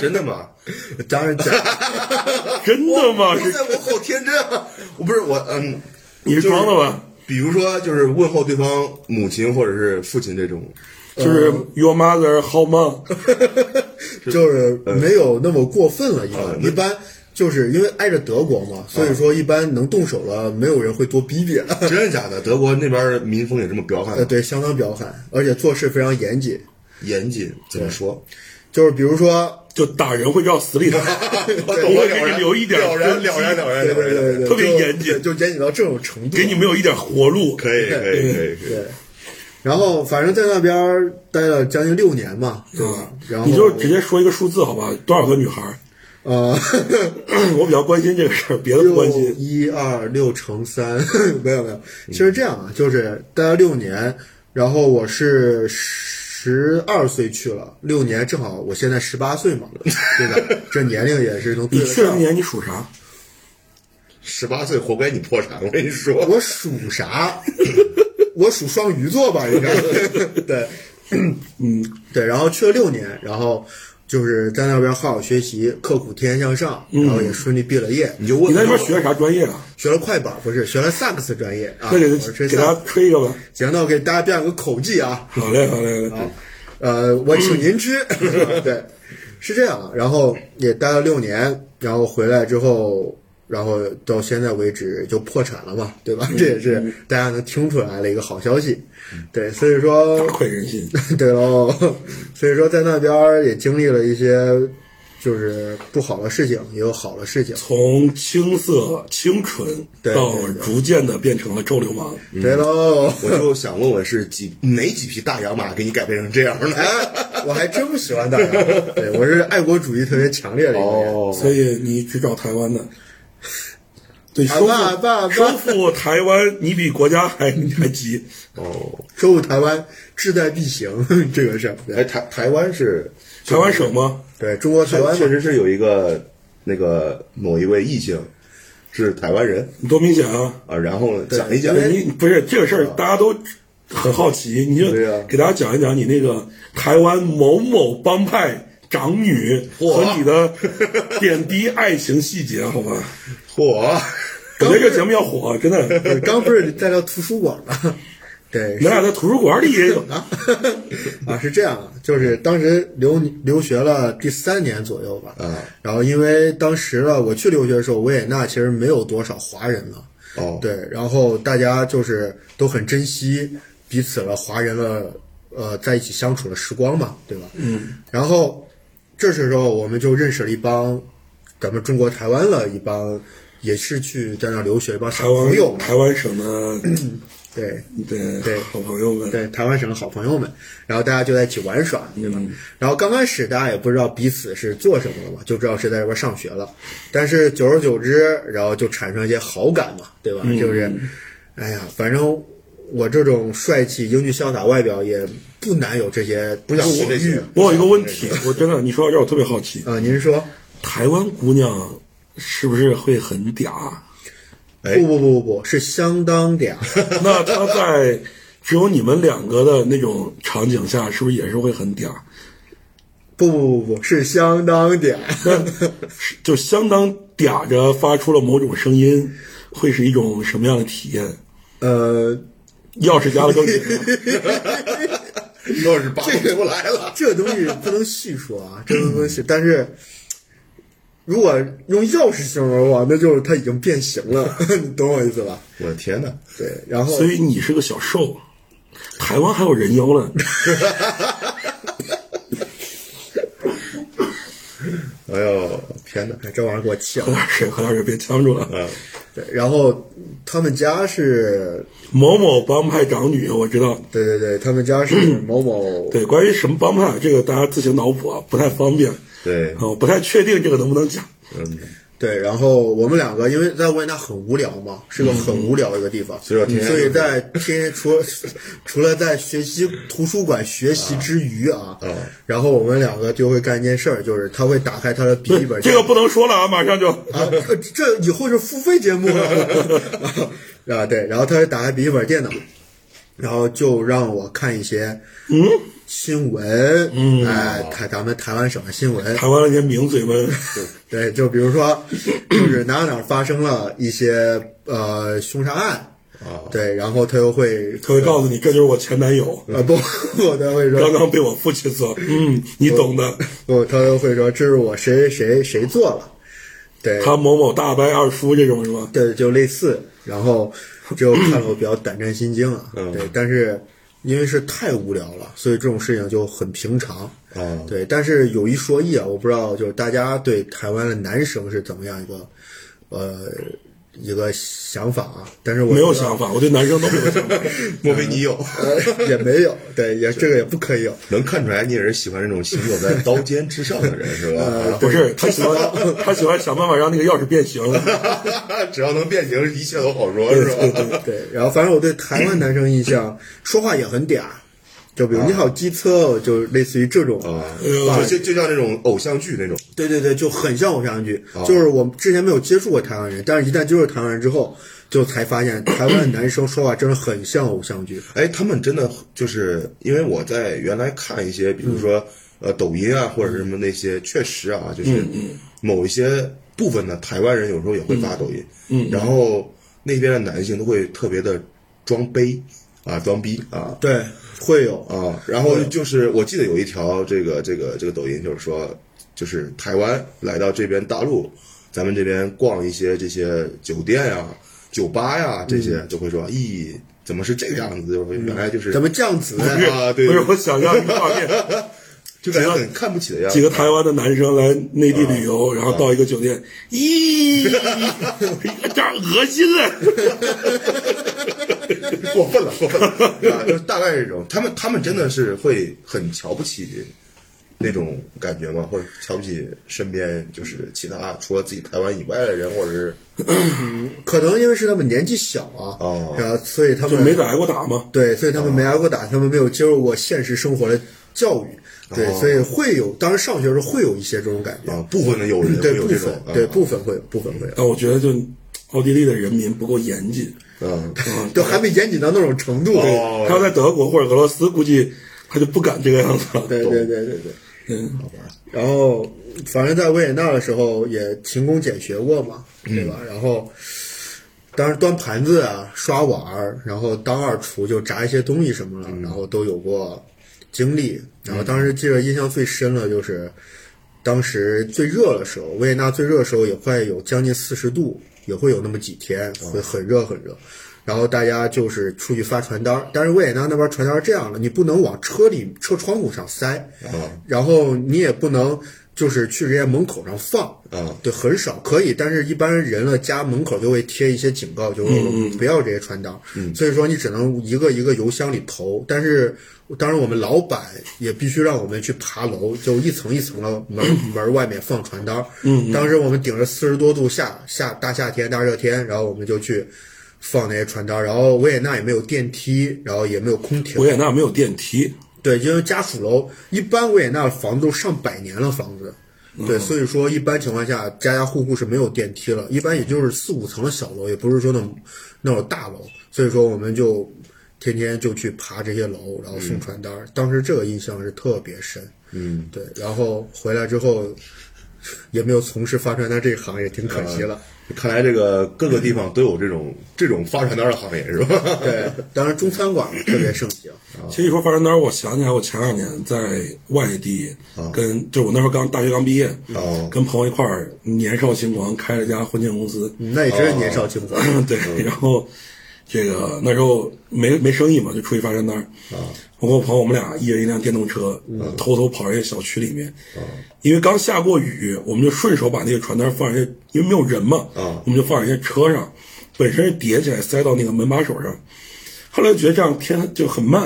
Speaker 3: 真的吗？
Speaker 4: [laughs] 当然假。
Speaker 2: 真的吗？
Speaker 3: 哇 [laughs]
Speaker 2: 是
Speaker 3: 塞，我好天真啊！我不是我，嗯，
Speaker 2: 你是
Speaker 3: 就是
Speaker 2: 装的吧？
Speaker 3: 比如说，就是问候对方母亲或者是父亲这种，
Speaker 2: 就是 your mother how mom，
Speaker 4: 就是没有那么过分了，一般
Speaker 3: 那
Speaker 4: 一般就是因为挨着德国嘛，所以说一般能动手了，没有人会多逼逼了。
Speaker 3: [laughs] 真的假的？德国那边民风也这么彪悍
Speaker 4: 呃，
Speaker 3: 吗？
Speaker 4: 对，相当彪悍，而且做事非常严谨。
Speaker 3: 严谨怎么说？
Speaker 4: 就是比如说，
Speaker 2: 就打人会照死里打，
Speaker 3: 我
Speaker 2: 我
Speaker 3: 懂
Speaker 2: 会
Speaker 3: 了，
Speaker 2: 给你
Speaker 3: 了
Speaker 2: 留一点
Speaker 3: 了然
Speaker 2: 根基
Speaker 3: 了然了然了然
Speaker 4: 对对呃对
Speaker 3: 了
Speaker 4: 对，
Speaker 3: 然，
Speaker 2: 特别
Speaker 4: 就
Speaker 2: 严谨
Speaker 4: 就严谨到这种程度，
Speaker 2: 给你没有一点活路。
Speaker 3: 可以可以可以可以
Speaker 4: 对。然后反正在那边儿待了将近六年嘛，对吧
Speaker 2: 啊？
Speaker 4: 然后
Speaker 2: 你就直接说一个数字好吧？多少个女孩儿？
Speaker 4: 呃，
Speaker 2: 我比较关心这个事儿，别的不
Speaker 4: 六
Speaker 2: 关心。
Speaker 4: 一二六乘三， [laughs] 没有没有，其实这样啊，就是待了六年，然后我是十二岁去了，六年正好我现在十八岁嘛，对
Speaker 2: [laughs]
Speaker 4: 吧？这年龄也是能对
Speaker 2: 你
Speaker 4: 得
Speaker 2: 去了那
Speaker 4: 上。
Speaker 2: 年你属啥？
Speaker 3: 十八岁活该你破产，我跟你说。
Speaker 4: 我属啥？ [laughs] 我属双鱼座吧，应该 [laughs] 对，嗯，对，然后去了六年，然后就是在那边好好学习，刻苦天天向上，然后也顺利毕了业，
Speaker 3: 你就问
Speaker 2: 你在那边学啥专业啊？
Speaker 4: 学了快板，不是学了萨克斯专业啊。
Speaker 2: 那给
Speaker 4: 我是吹
Speaker 2: 给大
Speaker 4: 萨
Speaker 2: 家
Speaker 4: 克斯
Speaker 2: 吹一个吧。
Speaker 4: 行，那我给大家表演个口技啊，
Speaker 2: 好嘞，好嘞，好嘞。
Speaker 4: 呃，我请您吃， [laughs] 啊对，是这样。然后也待了六年，然后回来之后，然后到现在为止就破产了嘛，对吧？这也是大家能听出来的一个好消息，对，所以说 [laughs]
Speaker 2: 大快人心。
Speaker 4: 对喽， [laughs] 所以说在那边儿也经历了一些就是不好的事情，也有好的事情。
Speaker 2: 从青涩清纯
Speaker 4: 对
Speaker 2: 到
Speaker 4: 对对
Speaker 2: 逐渐的变成了臭流氓，
Speaker 4: 对喽，
Speaker 3: 我就想问问是几哪几匹大洋马给你改变成这样的？ [laughs]
Speaker 4: 哎， [laughs] 我还真不喜欢大洋，对我是爱国主义特别强烈的一个人。
Speaker 3: 哦
Speaker 2: 所以你只找台湾的。对，
Speaker 4: 啊
Speaker 2: 收
Speaker 4: 爸爸
Speaker 2: 复
Speaker 4: 爸
Speaker 2: 收复台湾，你比国家还还急。
Speaker 3: 哦，
Speaker 4: 收复台湾志在必行 [laughs] 这个事儿，
Speaker 3: 哎，
Speaker 4: 对
Speaker 3: 台台湾是
Speaker 2: 台湾省吗？
Speaker 4: 对中国台
Speaker 3: 台湾
Speaker 4: 湾
Speaker 3: 确实是有一个那个某一位异性是台湾人
Speaker 2: 你多明显啊！
Speaker 3: 啊，然后呢讲一讲
Speaker 4: 对
Speaker 2: 你不是这个事儿，大家都很好奇，你就
Speaker 3: 啊对呀
Speaker 2: 给大家讲一讲你那个台湾某某帮派长女和你的点滴爱情细节，好
Speaker 3: [laughs]
Speaker 2: 吧？
Speaker 3: 嚯，
Speaker 2: 我觉得这个节目要火，真的。
Speaker 4: 对刚不是在聊图书馆吗？对，
Speaker 2: 咱俩在图书馆里也有，
Speaker 4: 啊，是这样的，就是当时留留学了第三年左右吧，
Speaker 3: 啊，
Speaker 4: 然后因为当时呢，我去留学的时候，维也纳其实没有多少华人了，
Speaker 3: [laughs] 哦，
Speaker 4: 对，然后大家就是都很珍惜彼此了华人了，呃，在一起相处的时光嘛，对吧？嗯，然后这时候我们就认识了一帮咱们中国台湾的一帮，也是去在那留学一帮
Speaker 2: 台
Speaker 4: 小朋友
Speaker 2: 湾
Speaker 4: 嘛，
Speaker 2: 台湾省的
Speaker 4: 对，
Speaker 2: 对
Speaker 4: 对
Speaker 2: 好朋友们，
Speaker 4: 对台湾省的好朋友们，然后大家就在一起玩耍，对吧？
Speaker 2: 嗯
Speaker 4: 然后刚开始大家也不知道彼此是做什么的嘛，就知道是在这边上学了。但是久而久之，然后就产生一些好感嘛，对吧？
Speaker 2: 嗯
Speaker 4: 就是，哎呀，反正我这种帅气、英俊潇洒外表也不难有这些不
Speaker 3: 想学这些
Speaker 2: 我有一个问题，我真的，你说到这儿我特别好奇，
Speaker 4: 啊、您说？
Speaker 2: 台湾姑娘是不是会很
Speaker 4: [laughs]
Speaker 2: 嗲？
Speaker 3: 哎
Speaker 4: 不不不不不，是相当嗲。
Speaker 2: [laughs] 那她在只有你们两个的那种场景下，是不是也是会很嗲？
Speaker 4: 不不不不，是相当嗲。
Speaker 2: [laughs] 是就相当嗲着发出了某种声音，会是一种什么样的体验？
Speaker 4: 呃，
Speaker 2: 钥匙夹的更紧吗，
Speaker 3: 又是拔不出来了。
Speaker 4: 这个东西不能细说啊， [laughs] 这个东西，但是如果用钥匙形容的话，那就是它已经变形了， [laughs] 你懂我意思吧？
Speaker 3: 我的天哪！
Speaker 4: 对，然 [laughs] 后
Speaker 2: 所以你是个小瘦。台湾还有人妖呢，
Speaker 3: 哎呦，天哪！
Speaker 4: 哎这玩意儿给我气
Speaker 2: 喝
Speaker 4: 了。
Speaker 2: 点水，喝点水，别呛住了。
Speaker 3: 嗯，
Speaker 4: 对，然后他们家是，
Speaker 2: 某某帮派长女，我知道。
Speaker 4: 对对对，他们
Speaker 2: [clears throat]
Speaker 4: 家是某某，
Speaker 2: 对，关于什么帮派，这个大家自行脑补啊，不太方便。
Speaker 3: 对
Speaker 2: 啊，我不太确定这个能不能讲。
Speaker 3: 嗯，
Speaker 4: 对，然后我们两个因为在维也纳很无聊嘛，是
Speaker 2: 嗯
Speaker 4: 个很无聊的一个地方，
Speaker 3: 所以说天天
Speaker 4: 所以在天天除了 [laughs] 除了在学习图书馆学习之余啊，
Speaker 2: 嗯
Speaker 3: 啊
Speaker 4: 然后我们两个就会干一件事儿，就是他会打开他的笔记
Speaker 2: [laughs]
Speaker 4: 本，
Speaker 2: 这个不能说了啊，马上就。
Speaker 4: 啊， [laughs] 呃这以后是付费节目了 [laughs] 啊，对，然后他就打开笔记本电脑，然后就让我看一些嗯新闻，嗯，哎，台咱们台湾省的新闻，
Speaker 2: 台湾那些名嘴们，
Speaker 4: 对，就比如说，就是哪哪发生了一些呃凶杀案，
Speaker 3: 啊
Speaker 4: 对，然哦后他又会
Speaker 2: 他会告诉你，这就是我前男友，
Speaker 4: 啊不， [laughs] 我他会
Speaker 2: 刚
Speaker 4: 说，
Speaker 2: 刚被我父亲所，嗯，你懂的。
Speaker 4: 不，他又会说这是我谁谁谁做了，对，
Speaker 2: 他某某大伯二叔这种是吧？
Speaker 4: 对，就类似。然后就看了我比较胆战心惊啊，
Speaker 3: 嗯
Speaker 4: 对，但是因为是太无聊了，所以这种事情就很平常。
Speaker 3: 啊，
Speaker 4: 对，但是有一说一啊，我不知道就是大家对台湾的男生是怎么样一个呃一个想法啊，但是我
Speaker 2: 没有
Speaker 4: 觉得
Speaker 2: 想法，我对男生都没有
Speaker 3: [laughs]
Speaker 2: 想法。
Speaker 3: 莫非你有？
Speaker 4: [laughs] 呃也没有，对，也这个也不可以有。
Speaker 3: 嗯能看出来你也是喜欢这种行走在刀尖之上的人是吧？
Speaker 2: 不是，他喜欢他喜欢想办法让那个钥匙变形。
Speaker 3: [laughs] 只要能变形，一切都好说，是
Speaker 2: 对
Speaker 3: 吧？啊
Speaker 2: 对，
Speaker 4: 对，然后反正我对台湾男生印象，说话也很嗲，就比如你好机车，哦就类似于这种
Speaker 3: 啊，
Speaker 2: 哇
Speaker 3: 就就就像那种偶像剧那种，
Speaker 4: 对对对，就很像偶像剧。
Speaker 3: 哦
Speaker 4: 就是我之前没有接触过台湾人，但是一旦接触台湾人之后，就才
Speaker 3: [laughs]
Speaker 4: 发现台湾男生说话真的很像偶像剧。
Speaker 3: 哎，他们真的就是因为我在原来看一些，比如说、呃抖音啊或者什么那些，确实啊，就是某一些部分的台湾人有时候也会发抖音，嗯，然后那边的男性都会特别的装杯啊，装逼啊。
Speaker 4: 对，会有
Speaker 3: 啊，然后就是我记得有一条这个这个这个抖音，就是说就是台湾来到这边大陆，咱们这边逛一些这些酒店呀、酒吧呀这些，
Speaker 2: 嗯
Speaker 3: 就会说，咦，怎么是这个样子？就是原来就是
Speaker 4: 怎么这样子？
Speaker 3: 啊？对
Speaker 2: 嗯不，是我想象一个画面，
Speaker 3: [laughs] 就感觉很看不起的样
Speaker 2: 几
Speaker 3: 子。
Speaker 2: 个台湾的男生来内地旅游，然后到一个酒店，咦，有点恶心了。
Speaker 3: 过分了，过分了，啊，就是大概这种，他们他们真的是会很瞧不起那种感觉吗？或者瞧不起身边就是其他除了自己台湾以外的人，或者是
Speaker 4: 可能因为是他们年纪小啊，
Speaker 3: 哦
Speaker 4: 然后所以他
Speaker 2: 就
Speaker 4: 们
Speaker 2: 没挨过打吗？
Speaker 4: 对，所以他们没挨过打，他们没有接受过现实生活的教育，
Speaker 3: 哦
Speaker 4: 对，所以会有当时上学的时候会有一些这种感觉，
Speaker 3: 啊部分的友人会
Speaker 4: 对
Speaker 3: 有
Speaker 4: 部
Speaker 3: 这种嗯
Speaker 4: 分，
Speaker 3: 啊
Speaker 4: 对部分会有部分会有，
Speaker 2: 但我觉得就奥地利的人民不够严谨，
Speaker 3: 嗯，
Speaker 4: 就还没严谨到那种程度。
Speaker 3: 哦
Speaker 2: 他要在德国或者俄罗斯，估计他就不敢这个样子了。
Speaker 4: 对对对对对，
Speaker 2: 嗯，
Speaker 4: 然后反正在维也纳的时候也勤工俭学过嘛，对吧？然后当时端盘子啊、刷碗儿，然后当二厨就炸一些东西什么的，然后都有过经历。然后当时记得印象最深了就是，当时最热的时候，维也纳最热的时候也快有将近四十度，也会有那么几天会很热很热。然后大家就是出去发传单儿，但是维也纳那边传单儿这样的，你不能往车里车窗户上塞，
Speaker 3: 啊
Speaker 4: 然后你也不能就是去人家门口上放，
Speaker 3: 啊
Speaker 4: 对，很少可以，但是一般人的家门口就会贴一些警告，就是不要这些传单。所以说你只能一个一个邮箱里投，但是当然我们老板也必须让我们去爬楼，就一层一层的门门外面放传单。嗯，当时我们顶着四十多度夏夏大夏天大热天，然后我们就去放那些传单，然后维也纳也没有电梯，然后也没有空调
Speaker 2: 维。也纳没有电梯，
Speaker 4: 对，因为家属楼一般维也纳的房子都上百年了，房子。对，所以说一般情况下，家家户户是没有电梯了，一般也就是四五层的小楼，也不是说那种那种大楼。所以说，我们就天天就去爬这些楼，然后送传单儿。当时这个印象是特别深。嗯，对，然后回来之后也没有从事发传单这一行，也挺可 [laughs] 惜了。
Speaker 3: 啊看来这个各个地方都有这种这种发传单的行业是吧？
Speaker 4: 对，当然中餐馆特别盛行。
Speaker 2: 其实一说发传单，我想起来我前两年在外地跟，就是我那时候刚大学刚毕业
Speaker 3: 哦，
Speaker 2: 跟朋友一块儿年少轻狂开了一家婚庆公司，
Speaker 4: 那也真是年少轻狂。
Speaker 2: [clears throat] 对，
Speaker 3: 嗯
Speaker 2: 然后这个那时候没没生意嘛，就出去发传单儿。
Speaker 3: 啊
Speaker 2: 我跟我朋友，我们俩一人一辆电动车，
Speaker 3: 嗯
Speaker 2: 呃偷偷跑人家小区里面。
Speaker 3: 啊
Speaker 2: 因为刚下过雨，我们就顺手把那个传单放人家，因为没有人嘛，
Speaker 3: 啊
Speaker 2: 我们就放人家车上，本身是叠起来塞到那个门把手上。后来觉得这样天就很慢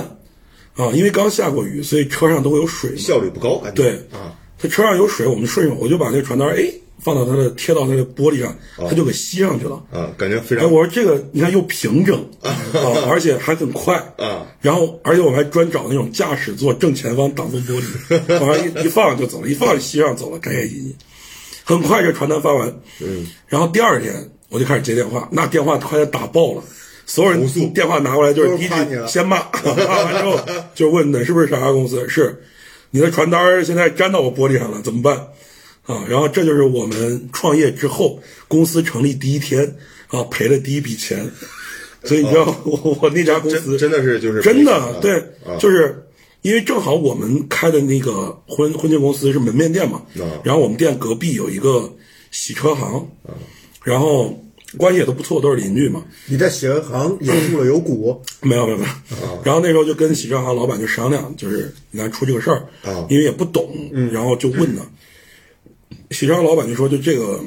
Speaker 2: 啊，因为刚下过雨，所以车上都会有水嘛。
Speaker 3: [laughs] 效率不高，感觉
Speaker 2: 对
Speaker 3: 啊，
Speaker 2: 他车上有水，我们顺手我就把那个传单哎放到他的贴到他的玻璃上，他就给吸上去了。
Speaker 3: 啊，感觉非
Speaker 2: 哎，
Speaker 3: 常
Speaker 2: 我说这个你看又平整啊，而且还很快
Speaker 3: 啊。
Speaker 2: 然后，而且我们还专找那种驾驶座正前方挡风玻
Speaker 3: [laughs]
Speaker 2: 璃，往上一一放就走了，一放就吸上走了，开开心心。很快这传单发完，嗯，然后第二天我就开始接电话，那电话快要打爆了，所有人
Speaker 3: 投诉
Speaker 2: 电话拿过来就是
Speaker 4: 都是
Speaker 2: 第一句
Speaker 4: 夸你了
Speaker 2: 先骂， [laughs] 骂完之后就问你是不是啥啥公司，是你的传单儿现在粘到我玻璃上了，怎么办？啊，然后这就是我们创业之后，公司成立第一天啊赔了第一笔钱，所以你知道、我 [laughs] 我那家公司
Speaker 3: 真真的是就是
Speaker 2: 真
Speaker 3: 赔钱
Speaker 2: 的
Speaker 3: 了
Speaker 2: 对，
Speaker 3: 啊
Speaker 2: 就是因为正好我们开的那个婚婚庆公司是门面店嘛，
Speaker 3: 啊
Speaker 2: 然后我们店隔壁有一个洗车行，然后关系也都不错，都是邻居嘛，
Speaker 4: 你在喜人行也入了有股。
Speaker 2: 没有没有
Speaker 3: 啊
Speaker 2: 没有。然后那时候就跟洗车行老板就商量，就是你看出这个事儿
Speaker 3: 啊，
Speaker 2: 因为也不懂，然后就问他。洗车行老板就说，就这个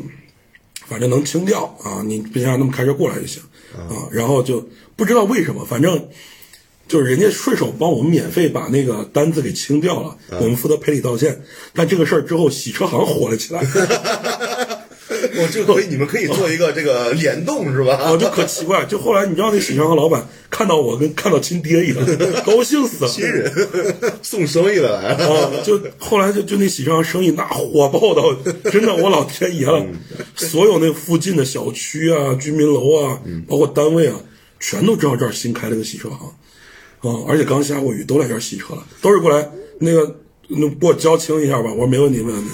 Speaker 2: 反正能清掉啊，你别让他们开车过来就行啊。然后就不知道为什么，反正。就是人家顺手帮我们免费把那个单子给清掉了，
Speaker 3: 啊
Speaker 2: 我们负责赔礼道歉。但这个事儿之后，洗车行火了起
Speaker 3: [laughs]
Speaker 2: 来，
Speaker 3: [laughs] 我这回你们可以做一个这个联动是吧？
Speaker 2: 我就可奇怪，就后来你知道那洗车行老板看到我跟看到亲爹一
Speaker 3: [laughs]
Speaker 2: 样，高兴死了。
Speaker 3: 新人 [laughs] 送生意的来了，
Speaker 2: 啊，就后来就就那洗车行生意那火爆到，真的我老天爷了，所有那附近的小区啊、居民楼啊，包括单位啊，全都知道这儿新开了个洗车行，啊，而且刚下过雨，都来这儿洗车了，都是过来那个。那给我交清一下吧，我说没问题，没问题。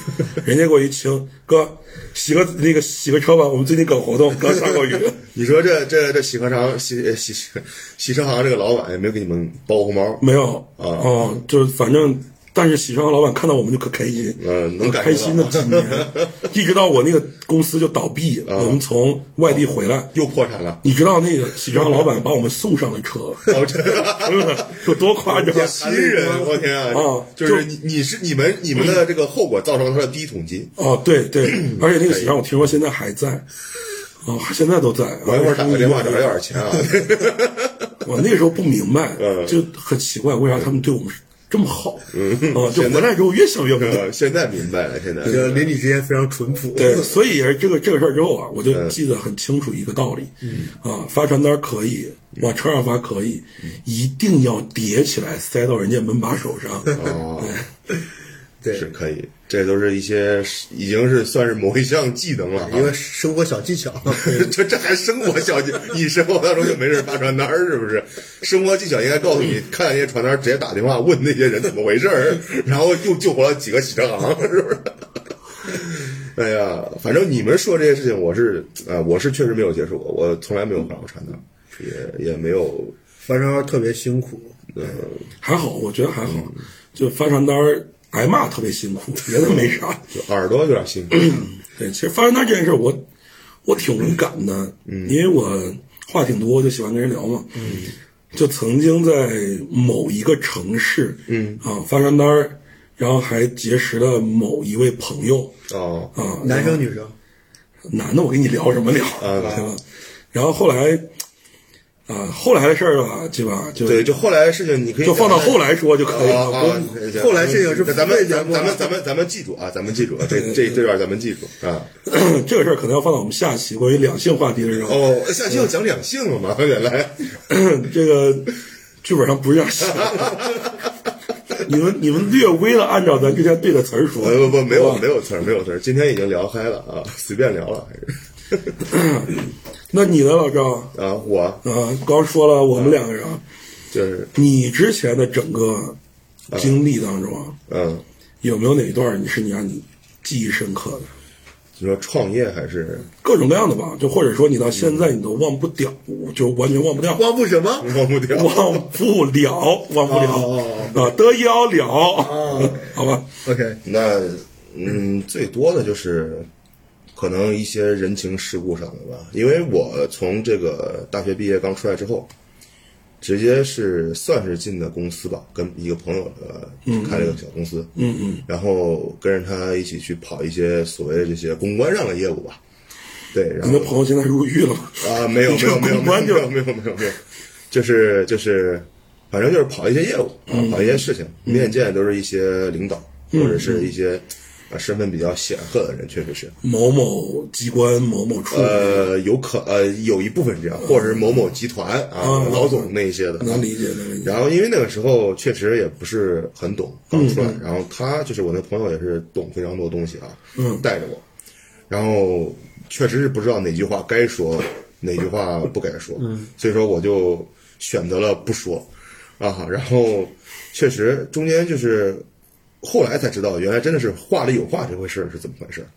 Speaker 2: 人家给我一清，哥，洗个那个洗个车吧，我们最近搞活动，刚下过雨。
Speaker 3: [laughs] 你说这这这洗车行洗洗洗洗车行这个老板也没有给你们包红包
Speaker 2: 没有
Speaker 3: 啊
Speaker 2: 哦，就是反正但是喜商和老板看到我们就可开心，
Speaker 3: 嗯能感觉到
Speaker 2: 开心了几年，
Speaker 3: [laughs]
Speaker 2: 一直到我那个公司就倒闭，
Speaker 3: 啊
Speaker 2: 我们从外地回来，
Speaker 3: 又破
Speaker 2: [laughs]
Speaker 3: 产了。
Speaker 2: 你知道那个喜商老板把我们送上了
Speaker 3: [laughs]
Speaker 2: 车，
Speaker 3: 哦，真的
Speaker 2: 有多夸张？
Speaker 3: 新人，我天啊！
Speaker 2: 啊
Speaker 3: 就是你，你是你们你们的这个后果造成了他的第一桶金。
Speaker 2: 哦，对对，
Speaker 3: 嗯
Speaker 2: 而且那个喜商我听说现在还在，啊，现在都在。
Speaker 3: 我一会儿打个电话找他要点钱啊。
Speaker 2: 我那时候不明白
Speaker 3: 嗯，
Speaker 2: 就很奇怪，为啥他们对我们这么好？啊，就回来之后越想越不对。
Speaker 3: 呃现在明白了，现在
Speaker 4: 这个邻里之间非常淳朴。
Speaker 2: 对，所以这个这个事儿之后啊，我就记得很清楚一个道理，啊，发传单可以，往车上发可以，一定要叠起来塞到人家门把手上。 [laughs]
Speaker 3: 哦，
Speaker 4: 对
Speaker 3: 是可以，这都是一些已经是算是某一项技能了啊。
Speaker 4: 一个生活小技巧。 [laughs]
Speaker 3: [laughs] 这这还生活小技，你生活当中就没事发传单儿是不是？生活技巧应该告诉你，看那些传单儿直接打电话问那些人怎么回事儿，然后又救活了几个洗车行，是不 [laughs] 是？哎呀，反正你们说这些事情，我是呃，我是确实没有接触过，我从来没有发过传单儿，也也没有
Speaker 4: 发传单特别辛苦，
Speaker 2: 还好，我觉得还好，就发传单儿挨骂特别辛苦，别的没啥。
Speaker 3: 就耳朵有点辛苦。
Speaker 2: 对，其实发传单这件事儿，我我挺无感的，
Speaker 3: 嗯
Speaker 2: 因为我话挺多，就喜欢跟人聊嘛。嗯，就曾经在某一个城市，嗯啊发传单儿，然后还结识了某一位朋友
Speaker 3: 哦，
Speaker 2: 啊，
Speaker 4: 男生女生，
Speaker 2: 男的，我跟你聊什么聊，
Speaker 3: 啊
Speaker 2: 对吧？然后后来啊，后来的事儿啊，对吧？就
Speaker 3: 对，就后来的事情你可以
Speaker 2: 就放到后
Speaker 3: 来。
Speaker 2: 来说就可以
Speaker 3: 啊
Speaker 2: 了。
Speaker 3: 啊
Speaker 2: 我！
Speaker 4: 后来这个是
Speaker 3: 咱
Speaker 4: 付费
Speaker 3: 们
Speaker 4: 节
Speaker 3: 咱
Speaker 4: 目
Speaker 3: 们
Speaker 4: 啊
Speaker 3: 咱们咱们咱们记住啊，咱们记住啊，这这这段咱们记住啊。
Speaker 2: [clears throat] 这个事儿可能要放到我们下期关于两性话题的时候。
Speaker 3: 哦，下期要讲两性了吗？原来，
Speaker 2: [clears throat] 这个剧本上不是这样 [laughs] 写的。你们你们略微的按照咱之前对的词儿说，
Speaker 3: 呃不不，没有
Speaker 2: 好吧
Speaker 3: 没有词儿，没有词儿，今天已经聊嗨了啊，随便聊了还是
Speaker 2: 那你呢，老赵？
Speaker 3: 啊，我
Speaker 2: 啊，刚说了我们两个人啊，
Speaker 3: 就是
Speaker 2: 你之前的整个经历当中啊，
Speaker 3: 嗯，
Speaker 2: 有没有哪一段你是你让你记忆深刻的？
Speaker 3: 你说创业还是
Speaker 2: 各种各样的吧，就或者说你到现在你都忘不掉，就完全忘不掉， [laughs]
Speaker 4: 光不什么？
Speaker 3: 忘不掉？
Speaker 2: 忘不了，忘不
Speaker 4: 哦
Speaker 2: 了啊，得要
Speaker 3: 哦
Speaker 2: 了， [laughs] 好吧，
Speaker 4: OK，
Speaker 3: 那嗯，最多的就是可能一些人情世故上的吧，因为我从这个大学毕业刚出来之后，直接是算是进的公司吧，跟一个朋友的开了一个小公司，嗯嗯，然后跟着他一起去跑一些所谓的这些公关上的业务吧，对，然
Speaker 2: 你
Speaker 3: 后
Speaker 2: 的朋友现在入狱了吗？
Speaker 3: 啊，
Speaker 2: [laughs]
Speaker 3: 没有没有没
Speaker 2: 公
Speaker 3: 有没有
Speaker 2: 关
Speaker 3: 没
Speaker 2: 就
Speaker 3: 有没有没有没有，就是就是，反正就是跑一些业务啊，
Speaker 2: 嗯
Speaker 3: 跑一些事情，面见都是一些领导或者
Speaker 2: 嗯
Speaker 3: 是一些啊身份比较显赫的人，确实是，
Speaker 2: 某某机关某某处，
Speaker 3: 呃，有可呃有一部分这样，或者是某某集团啊
Speaker 2: 嗯
Speaker 3: 老总那一些的，啊
Speaker 2: 能理解能理解。
Speaker 3: 然后因为那个时候确实也不是很懂，刚出来，然后他就是我那朋友也是懂非常多东西啊，
Speaker 2: 嗯
Speaker 3: 带着我，然后确实是不知道哪句话该说，哪句话不该说，嗯，所以说我就选择了不说，啊，然后确实中间就是后来才知道，原来真的是话里有话这回事儿是怎么回事儿。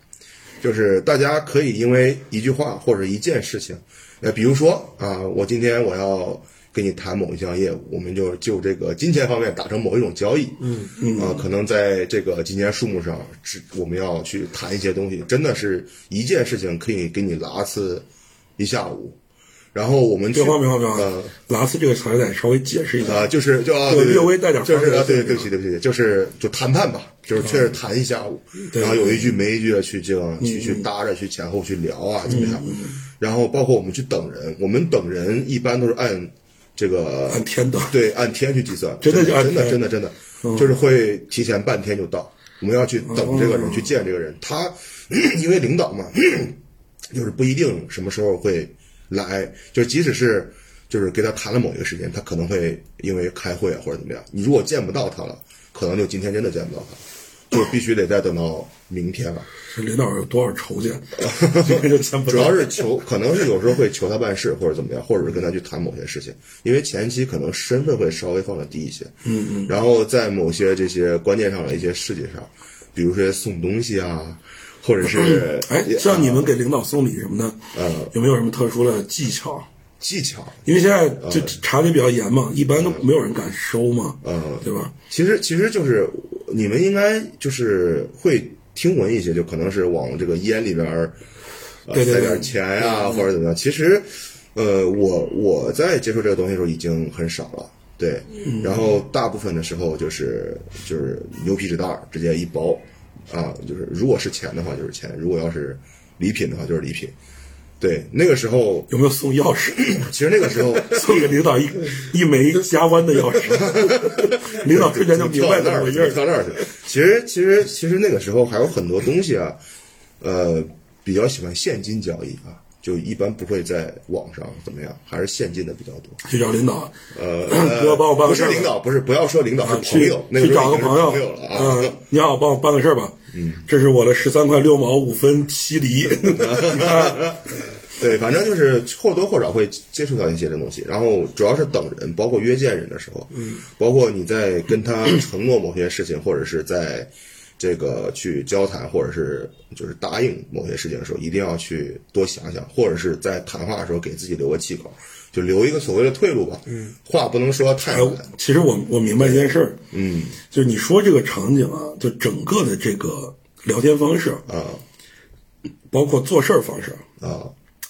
Speaker 3: 就是大家可以因为一句话或者一件事情，呃，比如说啊，我今天我要跟你谈某一项业务，我们就就这个金钱方面达成某一种交易，嗯嗯，啊，可能在这个金钱数目上，只我们要去谈一些东西，真的是一件事情可以给你拉呲一下午，然后我们
Speaker 2: 别慌别慌别
Speaker 3: 呃
Speaker 2: 慌，拉斯这个词儿得稍微解释一下
Speaker 3: 啊，就是就啊，
Speaker 2: 对
Speaker 3: 对
Speaker 2: 略微带点
Speaker 3: 就
Speaker 2: 方
Speaker 3: 是
Speaker 2: 言
Speaker 3: 啊，对，
Speaker 2: 对
Speaker 3: 对不起，对不起，就是就谈判吧，就是确实谈一下午，
Speaker 2: 对嗯
Speaker 3: 然后有一句没一句的去这样去去搭着去前后去聊啊，怎么样？然后包括我们去等人，我们等人一般都是按这个
Speaker 2: 按天等
Speaker 3: 对，按天去计算，
Speaker 2: 真的
Speaker 3: 真
Speaker 2: 就按
Speaker 3: 真的
Speaker 2: 天嗯
Speaker 3: 真的真的，就是会提前半天就到，我们要去等这个
Speaker 2: 嗯
Speaker 3: 人，去见这个人，他因为领导嘛。就是不一定什么时候会来，就即使是就是跟他谈了某一个时间，他可能会因为开会啊或者怎么样，你如果见不到他了，可能就今天真的见不到他，就必须得再等到明天了。
Speaker 2: 这领导有多少仇家，今天就先不
Speaker 3: 主要
Speaker 2: 聊。
Speaker 3: 是求，可能是有时候会求他办事或者怎么样，或者是跟他去谈某些事情，因为前期可能身份会稍微放的低一些，嗯嗯，然后在某些这些观念上的一些事情上，比如说送东西啊，或者是
Speaker 2: 哎，像你们给领导送礼什么的，
Speaker 3: 嗯
Speaker 2: 有没有什么特殊的技巧？
Speaker 3: 技巧，
Speaker 2: 因为现在
Speaker 3: 嗯
Speaker 2: 就查的比较严嘛，一般都没有人敢收嘛，
Speaker 3: 嗯
Speaker 2: 对吧？
Speaker 3: 其实其实就是你们应该就是会听闻一些，就可能是往这个烟里边儿、呃、
Speaker 2: 对对
Speaker 3: 塞
Speaker 2: 对
Speaker 3: 点钱呀、或者怎么样。其实，呃，我我在接触这个东西的时候已经很少了。对，
Speaker 2: 嗯
Speaker 3: 然后大部分的时候就是就是牛皮纸袋儿直接一包，啊，就是如果是钱的话就是钱，如果要是礼品的话就是礼品。对，那个时候
Speaker 2: 有没有送钥匙？ [laughs]
Speaker 3: 其实那个时候
Speaker 2: 送给领导一一枚夹弯的钥
Speaker 3: [laughs]
Speaker 2: 匙，领导瞬间就明白怎么
Speaker 3: 那儿
Speaker 2: 回
Speaker 3: 去
Speaker 2: 事儿。
Speaker 3: 跳那儿去。 [laughs] 其实其实其实那个时候还有很多东西啊，呃，比较喜欢现金交易啊，就一般不会在网上怎么样，还是现金的比较多。
Speaker 2: 去找领导，
Speaker 3: 呃，
Speaker 2: 哥帮我办
Speaker 3: 不
Speaker 2: 个事
Speaker 3: 是
Speaker 2: 儿吧啊
Speaker 3: 领导，不是不要说领导，啊是朋
Speaker 2: 去
Speaker 3: 友。那个
Speaker 2: 去
Speaker 3: 时
Speaker 2: 找
Speaker 3: 候
Speaker 2: 个
Speaker 3: 已经
Speaker 2: 朋
Speaker 3: 是
Speaker 2: 友
Speaker 3: 朋友了啊。
Speaker 2: 嗯，你好，帮我办个事儿吧。嗯，这是我的十三块六毛五分七
Speaker 3: [laughs]
Speaker 2: 厘。你看
Speaker 3: 对，反正就是或多或少会接触到一些这东西，然后主要是等人，包括约见人的时候，嗯，包括你在跟他承诺某些事情，或者是在这个去交谈，或者是就是答应某些事情的时候，一定要去多想想，或者是在谈话的时候给自己留个气口，就留一个所谓的退路吧，嗯，话不能说太
Speaker 2: 哎
Speaker 3: 满，
Speaker 2: 其实我我明白一件事儿，
Speaker 3: 嗯
Speaker 2: 就是你说这个场景啊，就整个的这个聊天方式，
Speaker 3: 啊
Speaker 2: 包括做事儿方式，
Speaker 3: 啊，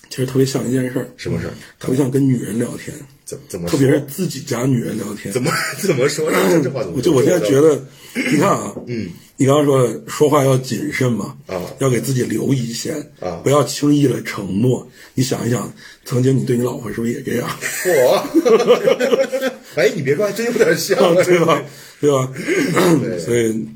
Speaker 2: 其实特别像一件事儿，
Speaker 3: 什么事儿？
Speaker 2: 特别像跟女人聊天，
Speaker 3: 怎怎么
Speaker 2: 嗯特
Speaker 3: 说
Speaker 2: 别是自己家女人聊天。
Speaker 3: 怎么 [laughs] 怎么说？这这话怎么说？
Speaker 2: 我就我现在觉得，你看啊，嗯，你刚刚说说话要谨慎嘛，
Speaker 3: 啊
Speaker 2: 要给自己留一线
Speaker 3: 啊
Speaker 2: 不要轻易的承诺。你想一想，曾经你对你老婆是不是也这样，，
Speaker 3: 我， [laughs] 哎，你别说，还真有点像
Speaker 2: 对吧？对吧？所以，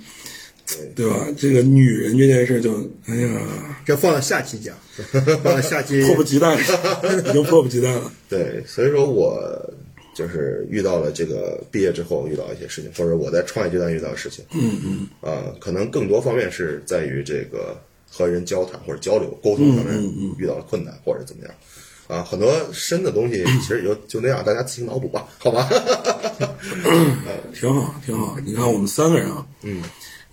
Speaker 2: 对吧？这个女人这件事就，哎呀，
Speaker 4: 这放到下期讲，放到
Speaker 2: [laughs]
Speaker 4: 下期
Speaker 2: 迫不及待了，已经迫不及待了。
Speaker 3: 对，所以说我就是遇到了这个毕业之后遇到一些事情，或者我在创业阶段遇到的事情，嗯嗯，啊，可能更多方面是在于这个和人交谈或者交流沟通上面遇到了困难或者怎么样，啊，很多深的东西其实也就就那样，大家自行脑补吧，好吧？ [laughs]
Speaker 2: 挺好，挺好。你看我们三个人啊，嗯，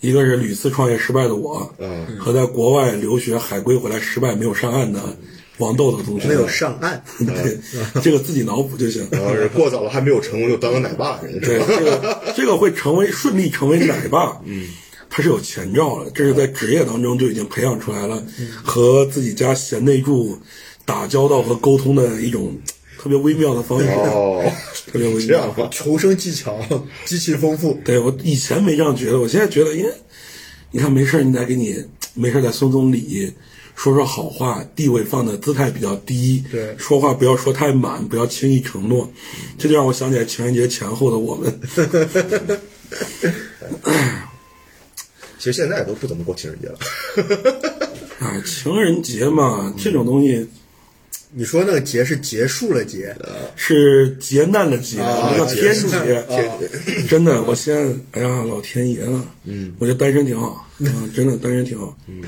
Speaker 2: 一个是屡次创业失败的我，嗯，和在国外留学海归回来失败没有上岸的王豆豆同学，
Speaker 4: 没有上岸。
Speaker 2: 对， [laughs] 这个自己脑补就行。
Speaker 3: 然后是过早了还没有成功就当个奶爸，人家
Speaker 2: 对，
Speaker 3: 是吧？
Speaker 2: 这个这个会成为顺利成为奶爸，嗯，他是有前兆的，这是在职业当中就已经培养出来了，和自己家贤内助打交道和沟通的一种特别微妙的方式，
Speaker 3: 哦， [laughs]
Speaker 2: 特别微
Speaker 3: 这样
Speaker 2: 妙。
Speaker 3: 吧，
Speaker 4: 求生技巧极其丰富，
Speaker 2: 对我以前没这样觉得，我现在觉得，因为你看没事儿，你得给你没事儿再松松礼，说说好话，地位放的姿态比较低，
Speaker 4: 对
Speaker 2: 说话不要说太满，不要轻易承诺，这就让我想起来情人节前后的我们。
Speaker 3: 其实现在都不怎么过情人节了，
Speaker 2: 哎，情人节嘛，这种东西
Speaker 4: 你说那个节是结束了节，
Speaker 2: 嗯是劫难的劫，那个天
Speaker 3: 劫
Speaker 2: 劫，啊真的，我现在，哎呀，老天爷了，嗯，我觉得单身挺好，啊，真的单身挺好，嗯，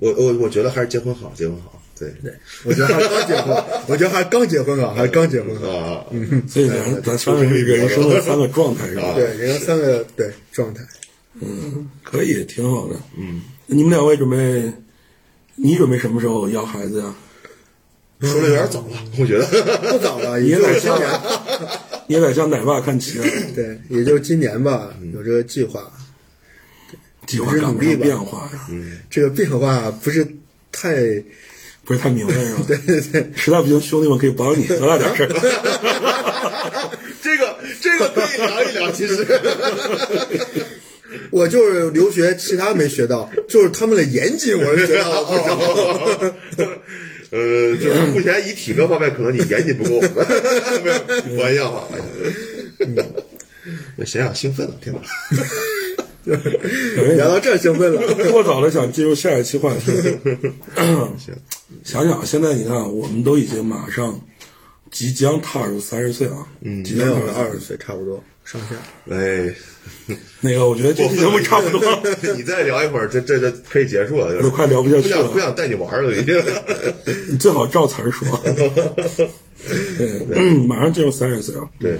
Speaker 3: 我我我觉得还是结婚好，结婚好，对对
Speaker 4: 我觉得还刚结婚，我觉得还刚结婚啊，还刚结婚啊。
Speaker 3: 啊，
Speaker 2: 所以咱咱三个人人生的三个状态是吧？
Speaker 4: 对，人家三个对状态，
Speaker 2: 可以，挺好的。嗯，你们两位准备，你准备什么时候要孩 [laughs] 子呀、
Speaker 3: 说的有点早了，我觉得。 [laughs]
Speaker 4: 不早了，
Speaker 2: 你
Speaker 4: 也
Speaker 2: 也
Speaker 4: 就
Speaker 2: 得
Speaker 4: 今
Speaker 2: 向
Speaker 4: 年，，
Speaker 2: 你也得向奶爸看齐啊！
Speaker 4: [laughs]
Speaker 2: [laughs]
Speaker 4: 对，也就今年吧，有这个计划。
Speaker 2: 计划赶不上变化呀、嗯
Speaker 4: 这个变化不是太
Speaker 2: 不是太明白是吧？ [laughs] 对
Speaker 4: 对对，
Speaker 2: 实在不行，兄弟们可以帮你，咱俩点事 [laughs] 儿。
Speaker 3: 这个这个可以聊一聊，其实 [laughs]
Speaker 4: 我就是留学，其他没学到，就是他们的严谨，我是学到了不少。
Speaker 3: 呃，就是目前以体格方面，可能你严谨不过我们，没有玩笑话。 [laughs] 我想想兴奋了，天哪！
Speaker 2: [laughs]
Speaker 4: 聊哦到这儿兴奋了，
Speaker 2: 过早了，想进入下一期话题。
Speaker 3: 行，
Speaker 2: [coughs] 想想现在，你看，我们都已经马上即将踏入三十岁啊，嗯，即
Speaker 4: 没
Speaker 2: 将
Speaker 4: 有
Speaker 2: 踏入
Speaker 4: 了二十岁差不多上下。
Speaker 3: 哎， [laughs]
Speaker 2: 那个，我觉得这期节目差不多，
Speaker 3: 你再聊一会儿，这这这可以结束了，
Speaker 2: 都快聊不下去了
Speaker 3: 不想不想带你玩了，已经。
Speaker 2: [laughs]
Speaker 3: [laughs]
Speaker 2: 你最好照词儿 [laughs] 说。对，嗯马上进入三十岁啊。
Speaker 3: 对，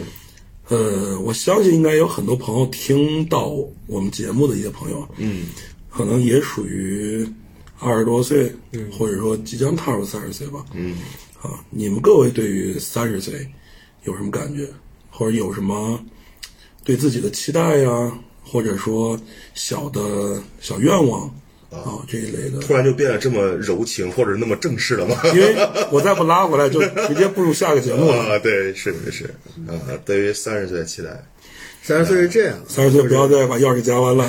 Speaker 2: 呃，我相信应该有很多朋友听到我们节目的一些朋友，嗯，可能也属于二十多岁，嗯，或者说即将踏入三十岁吧，嗯，啊，你们各位对于三十岁有什么感觉，或者有什么对自己的期待呀，或者说小的小愿望啊这一类的。
Speaker 3: 突然就变得这么柔情或者那么正式了吗？
Speaker 2: 因为我再不拉回来，就直接步入下个节目了。
Speaker 3: [laughs] 啊，对，是是是，啊，对于三十岁的期待，
Speaker 4: 三十岁是这样，
Speaker 2: 三十岁不要再把钥匙夹弯 [laughs] 了，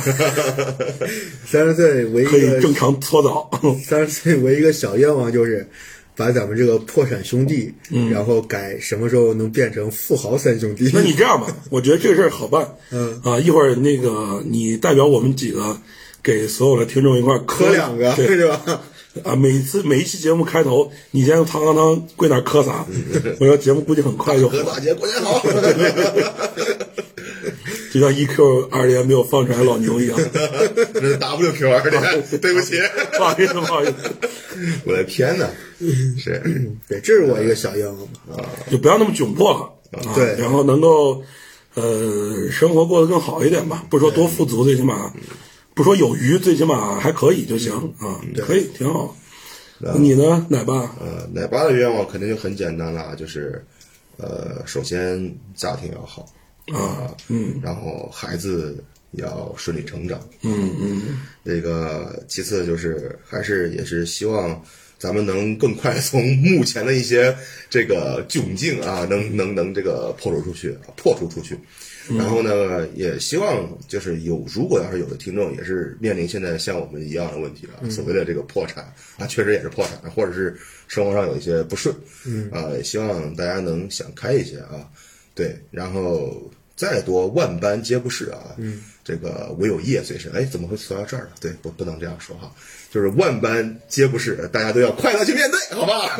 Speaker 4: 三十岁唯一
Speaker 2: 可以
Speaker 4: 个
Speaker 2: 正常搓澡。
Speaker 4: 三十岁唯一一个小愿望就是，把咱们这个破产兄弟，然后改什么时候能变成富豪三兄弟？
Speaker 2: 嗯那你这样吧，我觉得这事儿好办。
Speaker 4: 嗯
Speaker 2: 啊，一会儿那个你代表我们几个给所有的听众一块儿
Speaker 4: 磕两个
Speaker 2: 对
Speaker 4: 是吧？
Speaker 2: 啊，每次每一期节目开头，你先汤汤汤跪那儿磕
Speaker 4: [laughs]
Speaker 2: 仨，我说节目估计很快就火
Speaker 3: 哥大姐过年好，
Speaker 2: 就像 EQ 二连没有放出来老牛一
Speaker 4: [laughs]
Speaker 2: 样。
Speaker 3: [laughs] 这是 WQ 二 [laughs] 连，对不起，
Speaker 2: 不好意思，不好意思，
Speaker 3: 我的天 [laughs] 哪，是
Speaker 4: 对，这是我一个小愿望吧。
Speaker 2: 就不要那么窘迫了。啊、
Speaker 4: 对
Speaker 2: 然后能够呃生活过得更好一点吧，不说多富足，最起码不说有余，最起码还可以就行啊，可以挺好。你呢，奶爸？
Speaker 3: 呃，奶爸的愿望肯定就很简单啦，就是，呃，首先家庭要好啊，嗯，然后孩子也要顺理成长，
Speaker 2: 嗯嗯，
Speaker 3: 这个其次就是还是也是希望咱们能更快地从目前的一些这个窘境啊，能能能这个破除出去，破除出去。然后呢，也希望就是有，如果要是有的听众也是面临现在像我们一样的问题了，所谓的这个破产啊，确实也是破产，或者是生活上有一些不顺，嗯啊，也希望大家能想开一些啊，对，然后再多万般皆不是啊，嗯，这个唯有业最深。哎，怎么会说到这儿了？对，不不能这样说哈，就是万般皆不是，大家都要快乐去面对，好吧？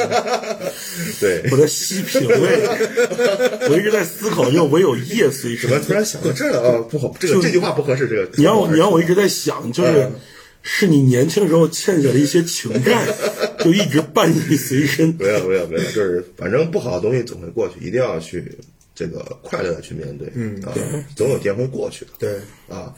Speaker 3: [laughs] 对，
Speaker 2: 我在细品味，我一直在思考，要唯有业随
Speaker 3: 怎么
Speaker 2: 身。
Speaker 3: 突然想到这儿了啊？不好，这个这句话不合适，这个
Speaker 2: 你让
Speaker 3: [laughs]
Speaker 2: 我，你让我一直在想，就是
Speaker 3: 嗯
Speaker 2: 是你年轻时候欠下的一些情债，
Speaker 3: [laughs]
Speaker 2: 就一直伴你随身。
Speaker 3: 没有没有没有，就是反正不好的东西总会过去，一定要去这个快乐的去面对，嗯啊，总有天会过去的，
Speaker 4: 对，
Speaker 3: 啊，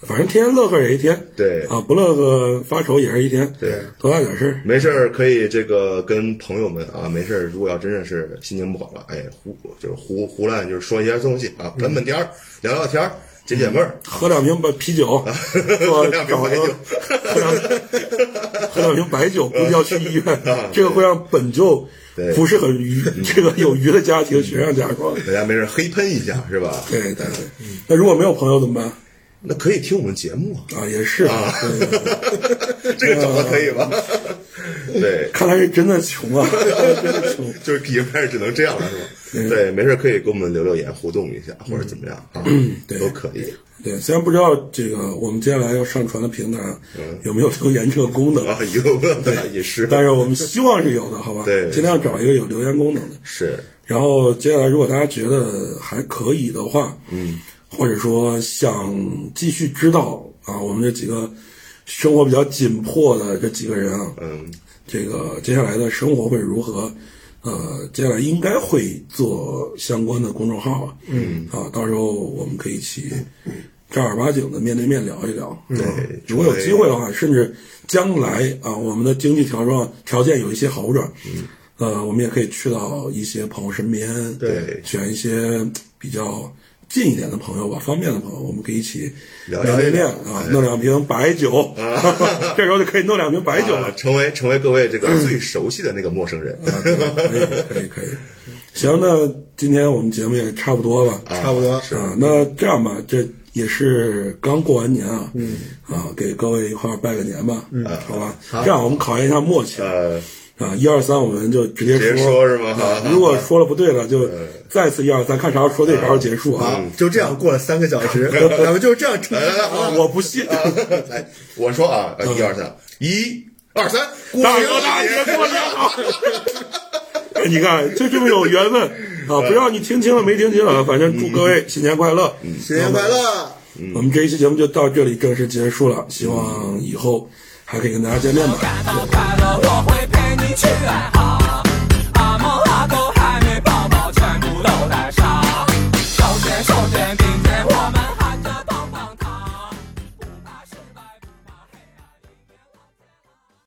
Speaker 2: 反正天天乐呵也一天，
Speaker 3: 对
Speaker 2: 啊，不乐呵发愁也是一天，
Speaker 3: 对，
Speaker 2: 多大点事儿。
Speaker 3: 没事儿可以这个跟朋友们啊，没事儿如果要真的是心情不好了，哎胡就是胡胡乱就是说一些东西
Speaker 2: 嗯
Speaker 3: 啊，喷喷天儿，聊聊天儿，解解闷儿。
Speaker 2: 喝两瓶白啤酒，
Speaker 3: [laughs]
Speaker 2: 我
Speaker 3: 喝两瓶
Speaker 2: 找
Speaker 3: 白酒
Speaker 2: 个喝两喝两瓶白酒，估计要去医院，这个会让本就
Speaker 3: 啊对嗯
Speaker 2: 不是很余这个有余的家庭雪上加霜。
Speaker 3: [laughs] 大家没事儿黑喷一下是吧？
Speaker 2: 嗯对对对，那如果没有朋友怎么办？
Speaker 3: 那可以听我们节目啊，
Speaker 2: 啊，
Speaker 3: [laughs]
Speaker 2: 也是，对
Speaker 3: 这个找的可以吧？
Speaker 2: 嗯
Speaker 3: [laughs] 对，
Speaker 2: [laughs] 看来是真的穷啊， [laughs] 真的穷。
Speaker 3: 就是已经开始只能这样了，是
Speaker 2: 嗯
Speaker 3: 吧？对，没事儿可以跟我们留留言互动一下，或者怎么样啊，
Speaker 2: 嗯对
Speaker 3: 都可以
Speaker 2: 对，虽然不知道这个我们接下来要上传的平台啊有没有留言这个功能，
Speaker 3: 啊，有问也是，
Speaker 2: 但是我们希望是有的，好吧？
Speaker 3: 对
Speaker 2: 尽量找一个有留言功能的。
Speaker 3: 是
Speaker 2: 然后接下来，如果大家觉得还可以的话，嗯，或者说想继续知道啊，我们这几个生活比较紧迫的这几个人啊，
Speaker 3: 嗯，
Speaker 2: 这个接下来的生活会如何？呃，接下来应该会做相关的公众号啊，嗯，啊，到时候我们可以一起正儿八经的面对面聊一聊。对
Speaker 3: 嗯对
Speaker 2: 如果有机会的话，甚至将来啊，我们的经济条状条件有一些好转，嗯，呃，我们也可以去到一些朋友身边，
Speaker 3: 对
Speaker 2: 选一些比较近一点的朋友吧，方便的朋友，我们可以一起
Speaker 3: 聊一
Speaker 2: 聊
Speaker 3: 聊
Speaker 2: 天面啊，弄两瓶白
Speaker 3: [laughs]
Speaker 2: 酒，这时候就可以弄两瓶白酒了
Speaker 3: 啊，。成为成为各位这个最熟悉的那个陌生人，
Speaker 2: [laughs] 啊对可以可以可以，行，那今天我们节目也差不多吧。
Speaker 4: 差不多。
Speaker 2: 啊，那这样吧，这也是刚过完年啊，嗯，啊，给各位一块儿拜个年吧，嗯，好吧，这样我们考验一下默契
Speaker 3: 呃，
Speaker 2: 啊，一二三我们就直接
Speaker 3: 直接
Speaker 2: 说
Speaker 3: 说是吗嗯
Speaker 2: 啊
Speaker 3: 好
Speaker 2: 如果说了不对了，就再次一二三，看啥时候说对，啥时候结束
Speaker 3: 嗯
Speaker 2: 啊。
Speaker 4: 就这样过了三个小
Speaker 2: [laughs]
Speaker 4: 时，咱们就这样成。
Speaker 2: 啊我不信，
Speaker 3: 来，我说啊，呃一二三，一二三，
Speaker 2: 嗯大哥大爷过年好。 [laughs] 哎你看，就这么有缘分啊！不知道你听清了没听清啊了，反正祝各位新年快乐，
Speaker 3: 嗯
Speaker 2: 嗯
Speaker 4: 新年快乐！
Speaker 2: 我们这一期节目就到这里正式结束了，希望以后还可以跟大家见面吧。
Speaker 1: 感到快乐，我会陪你去爱好。